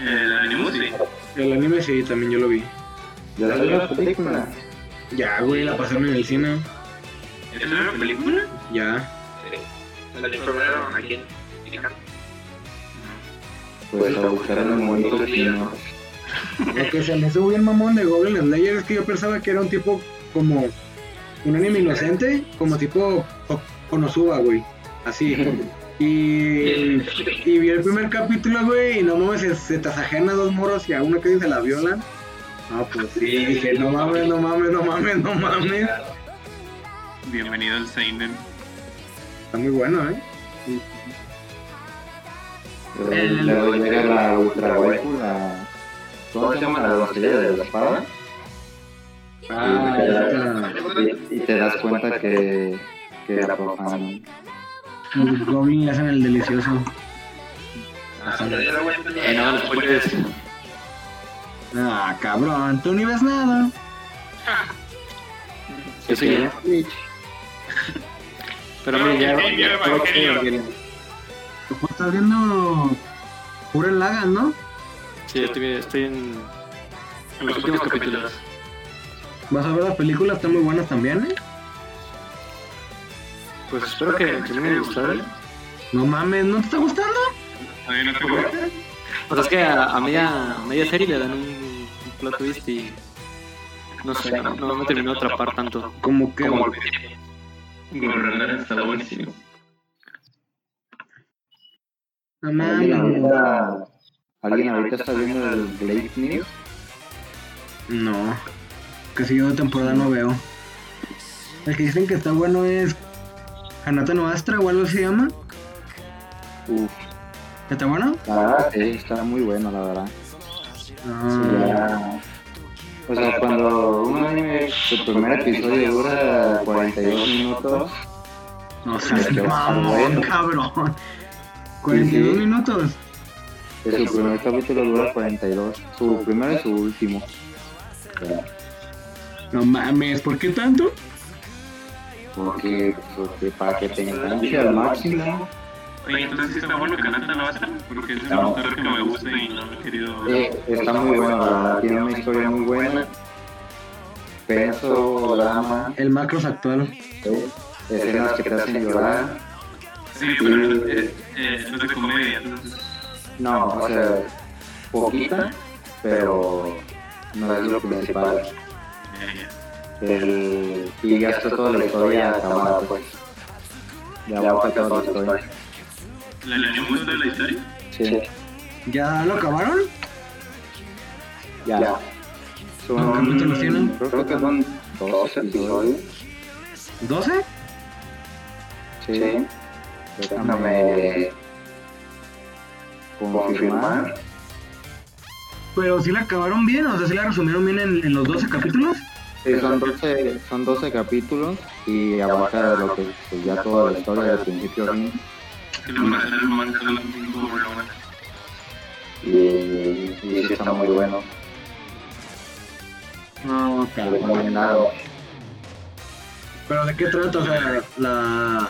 Speaker 3: El anime sí.
Speaker 1: El anime sí, también yo lo vi.
Speaker 11: ¿Ya salió la película?
Speaker 1: Ya, güey, la pasaron en el cine.
Speaker 3: ¿Es una película?
Speaker 1: Ya.
Speaker 7: Sí. La informaron aquí en Mexicano.
Speaker 11: Pues a buscar en el mundo vecino.
Speaker 1: Lo que se me hizo bien mamón de Goblin Slayer es que yo pensaba que era un tipo como. Un anime inocente, como tipo Ko- Konosuba, güey. Así. Y, y vi el primer capítulo, güey, y no mames, se, se tasajean a dos morros y a uno que se la violan. Ah, pues sí, dije, no mames, no mames, no mames, no mames.
Speaker 3: Bienvenido al Seinen.
Speaker 1: Está muy bueno, ¿eh?
Speaker 11: El- Luego llega la ultra waifu, la... ¿Cómo se llama la doncella de la espada?
Speaker 1: Ah,
Speaker 11: Y te
Speaker 1: ya
Speaker 11: das-
Speaker 1: está.
Speaker 11: y, y te das cuenta que, que la profanan.
Speaker 1: Los Goblin le hacen el delicioso.
Speaker 12: Eh, no, los spoilers.
Speaker 1: Ah, cabrón, tú ni ves nada.
Speaker 12: Yo soy él. Pero mire, ya.
Speaker 10: Sí, mira,
Speaker 12: creo que-
Speaker 10: Evangelion.
Speaker 1: Tú Pues, estás viendo Pura Lagan, ¿no?
Speaker 12: Sí, estoy, Eh, estoy en, en los últimos capítulos.
Speaker 1: Vas a ver las películas, están muy buenas también, ¿eh?
Speaker 12: Pues espero que termine de gustar.
Speaker 1: No mames, ¿no te está gustando?
Speaker 3: Oye, no te acuerdas?
Speaker 12: O sea, Pues es que a, a media, a media serie le dan un, un plot twist y. No sé, no, no me terminó de atrapar tanto.
Speaker 1: Como que.
Speaker 3: Como el Gurren está buenísimo.
Speaker 1: No
Speaker 11: ¿Alguien
Speaker 1: mames.
Speaker 11: ahorita, ¿Alguien ahorita está viendo el Blade News?
Speaker 1: No. Casi yo de temporada no veo. El que dicen que está bueno es. Hanata no Astra o algo así se llama.
Speaker 11: Uf,
Speaker 1: ¿Está bueno?
Speaker 11: la verdad, Ah, sí, está muy bueno, la verdad.
Speaker 1: Ah,
Speaker 11: Ya- O sea, cuando un anime, su primer episodio dura 42 minutos,
Speaker 1: no
Speaker 11: Ya
Speaker 1: seas
Speaker 11: te vas a
Speaker 1: mamón,
Speaker 11: mover.
Speaker 1: cabrón. 42
Speaker 11: Sí.
Speaker 1: minutos.
Speaker 11: que su primer capítulo dura 42, su primero y su último.
Speaker 1: No mames, ¿por qué tanto?
Speaker 11: Porque, porque para que te enganche al máximo,
Speaker 3: Oye, entonces sí está bueno que Nata no hasta porque es un
Speaker 11: No.
Speaker 3: autor que me gusta y no lo he querido.
Speaker 11: eh, está muy bueno, la verdad, tiene una historia muy buena. Peso, drama,
Speaker 1: El macros actual.
Speaker 11: eh, escenas que te hacen llorar.
Speaker 3: Sí, pero no eh, eh, no es de comedia, entonces.
Speaker 11: No, o sea, poquita, pero no es lo principal.
Speaker 3: Ya, ya.
Speaker 11: El, y ya está toda la historia acabada, pues. Ya va toda la historia.
Speaker 3: ¿La anime es de la historia?
Speaker 11: Sí,
Speaker 1: ¿Ya lo acabaron?
Speaker 11: ya.
Speaker 1: ¿Cuántos capítulos
Speaker 11: Son,
Speaker 1: tienen?
Speaker 11: creo que son dos episodios.
Speaker 1: ¿12?
Speaker 11: Sí. Déjame confirmar.
Speaker 1: Pero sí la acabaron bien, o sea, sí la resumieron bien en, en los 12 capítulos.
Speaker 11: Sí, son 12, son 12 capítulos y abarca lo que pues, ya toda la historia del principio a fin.
Speaker 3: Que lo van a hacer el manga de un tipo, lo van a-
Speaker 11: Y, y sí está muy bueno.
Speaker 1: No,
Speaker 11: Recomendado.
Speaker 1: Pero ¿de qué trata? O sea, la,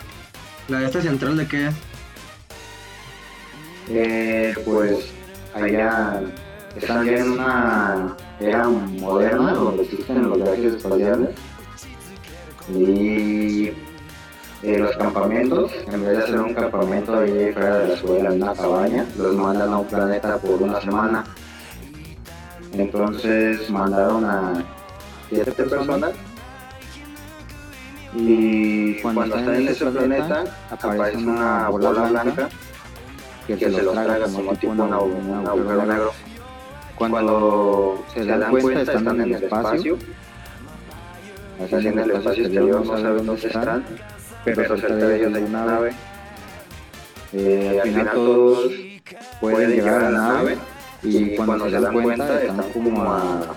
Speaker 1: la de esta central de qué es?
Speaker 11: Eh, pues allá están ya en una era moderna donde existen los viajes espaciales y eh, los campamentos, en vez de hacer un campamento ahí fuera de la escuela en una cabaña, los mandan a un planeta por una semana. Entonces mandaron a siete personas y cuando están en ese planeta aparece una bola blanca que se los traga como tipo un au- un agujero negro. Cuando se dan cuenta están en el espacio, así en el espacio exterior no saben dónde están, pero cerca de ellos hay una nave. Eh, al final todos pueden llegar a la nave y cuando se dan cuenta están como a...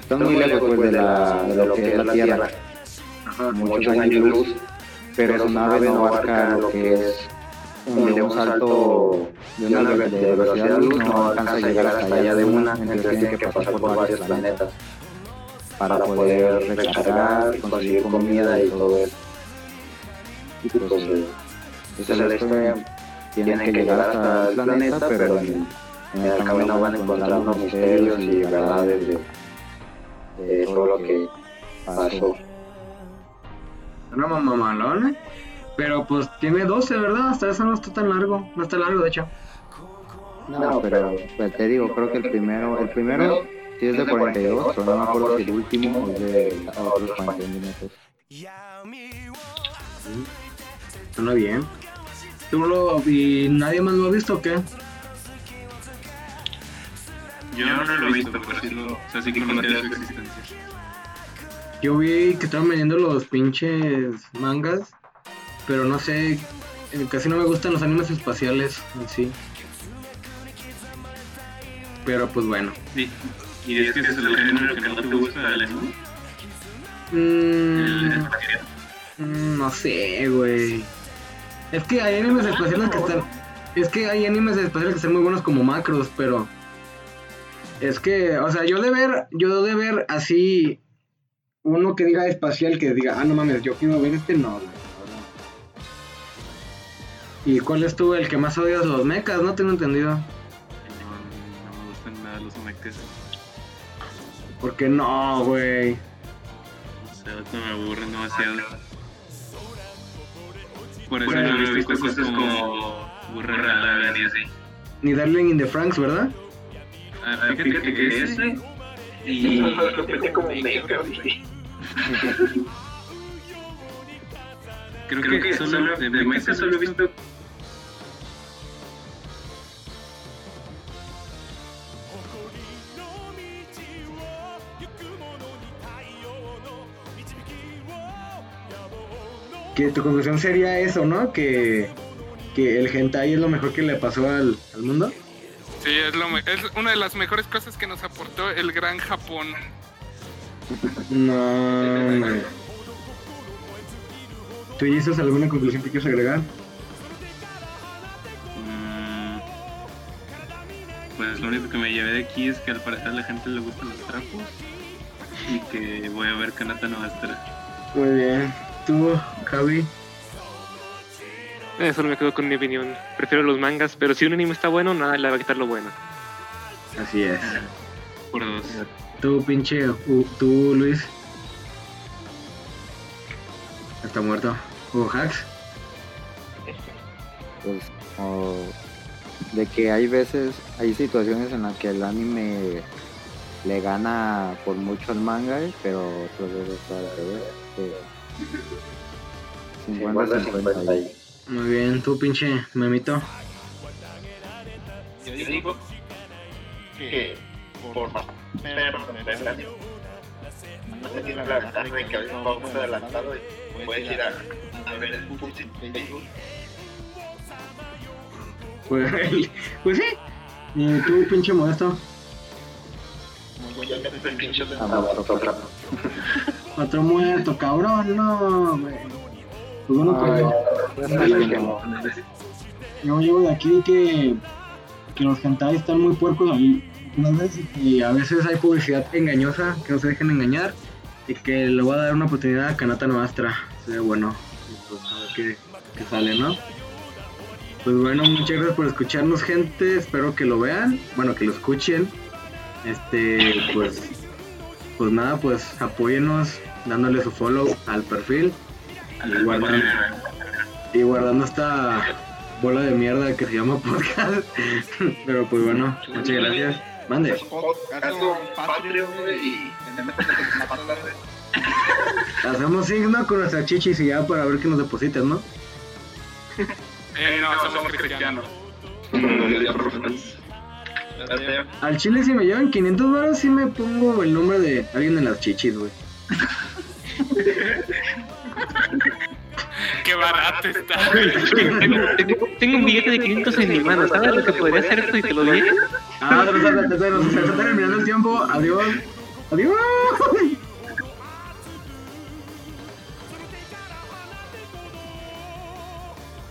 Speaker 11: Están muy lejos pues, de, la, de lo que es la Tierra, muchos años luz, pero su nave no abarca lo que es donde un salto de una de velocidad de luz no alcanza a llegar hasta allá de una, entonces tiene que pasar por varios planetas para poder recargar, conseguir comida y todo eso. Y pues, eh, el celeste tiene que llegar hasta el planeta, pero en, en el camino van encontrando misterios y verdades de, de todo lo que pasó.
Speaker 1: Una mamalona. Pero pues tiene 12, ¿verdad? Hasta eso no está tan largo. No está largo, de hecho.
Speaker 5: No, pero pues, te digo, creo que el primero, el primero sí es de 42, pero no me acuerdo si el último es de otros 41 minutos.
Speaker 1: Sí. Suena bien. ¿Tú lo, y nadie más lo ha visto o qué?
Speaker 3: Yo no lo he visto, pero sí lo, o sea, sí que me enteré de su existencia.
Speaker 1: Yo vi que estaban vendiendo los pinches mangas pero no sé, eh, casi no me gustan los animes espaciales en sí. Pero pues bueno.
Speaker 3: Sí. ¿Y es que es el género que no te gusta del anime? Eh,
Speaker 1: Mm, no sé, güey. Es que hay animes espaciales que están. Es que hay animes espaciales que están muy buenos como macros, pero. Es que, o sea, yo de ver, yo de ver así. Uno que diga espacial, que diga, ah, no mames, yo quiero ver este, no, güey. ¿Y cuál es tú el que más odias? Los mechas, no tengo entendido. No,
Speaker 3: no me gustan nada los mechas.
Speaker 1: ¿Por qué no, güey?
Speaker 3: No sé, sea, me aburren demasiado. Por eso bueno, no he visto cosas, cosas como Burra Rara ni así.
Speaker 1: Ni Darling in the Franks, ¿verdad?
Speaker 3: Ah, fíjate, fíjate que ese. (laughs) Y.
Speaker 7: Repete como mecha, güey.
Speaker 3: Creo, creo, que, que solo, solo, de, de Meca solo he visto.
Speaker 1: Que tu conclusión sería eso, ¿no? Que, que el hentai es lo mejor que le pasó al, al mundo.
Speaker 10: Sí, es, lo, es una de las mejores cosas que nos aportó el gran Japón.
Speaker 1: no. no. ¿Tú dices alguna conclusión que quieres agregar?
Speaker 3: Mm, pues lo único que me llevé de aquí es que al parecer a la gente le gustan los trapos y que voy a ver que Nata no va a estar.
Speaker 1: Muy bien. ¿Tú, Javi?
Speaker 4: Eh, solo me quedo con mi opinión. Prefiero los mangas, pero si un anime está bueno, nada le va a quitar lo bueno.
Speaker 1: Así es.
Speaker 3: Por dos.
Speaker 1: Tú, pinche, uh, tú, Luis. Está muerto. ¿O hacks?
Speaker 5: Pues, o de que hay veces, hay situaciones en las que el anime le gana por mucho al manga, pero otras veces está al revés. 50-50
Speaker 1: Muy bien, tú pinche memito.
Speaker 7: Yo digo que por más no sé si la ventaja de que había un poco adelantado y puedes ir a, a ver el Putin Facebook.
Speaker 1: Pues, (laughs) pues sí. ¿Y tú, pinche modesto?
Speaker 5: Ah,
Speaker 1: Otro muerto, cabrón, no, güey. Pues bueno, pues yo, yo llevo de aquí que, que los hentai están muy puercos ahí y a veces hay publicidad engañosa que no se dejen engañar y que le va a dar una oportunidad a Kanata Nuestra. Sería bueno, pues a ver qué, qué, sale, ¿no? Pues bueno, muchas gracias por escucharnos, gente. Espero que lo vean, bueno, que lo escuchen. Este, pues, pues nada, pues apóyenos dándole su follow al perfil y guardando, y guardando esta bola de mierda que se llama (laughs) podcast. Pero pues bueno, muchas gracias. Mande.
Speaker 2: é
Speaker 3: é um
Speaker 1: Hacemos signo con nuestra chichis y ya para ver que nos depositan, ¿no?
Speaker 10: Eh, no, somos cristianos.
Speaker 1: Al chile si me llevan 500 baros si me pongo el nombre de alguien en las chichis, güey.
Speaker 10: Qué barato está.
Speaker 4: Tengo, tengo, tengo, un billete de 500 en mi mano. ¿Sabes lo que podría hacer esto y te lo di?
Speaker 1: Ah, se está terminando el tiempo. Adiós. Adiós.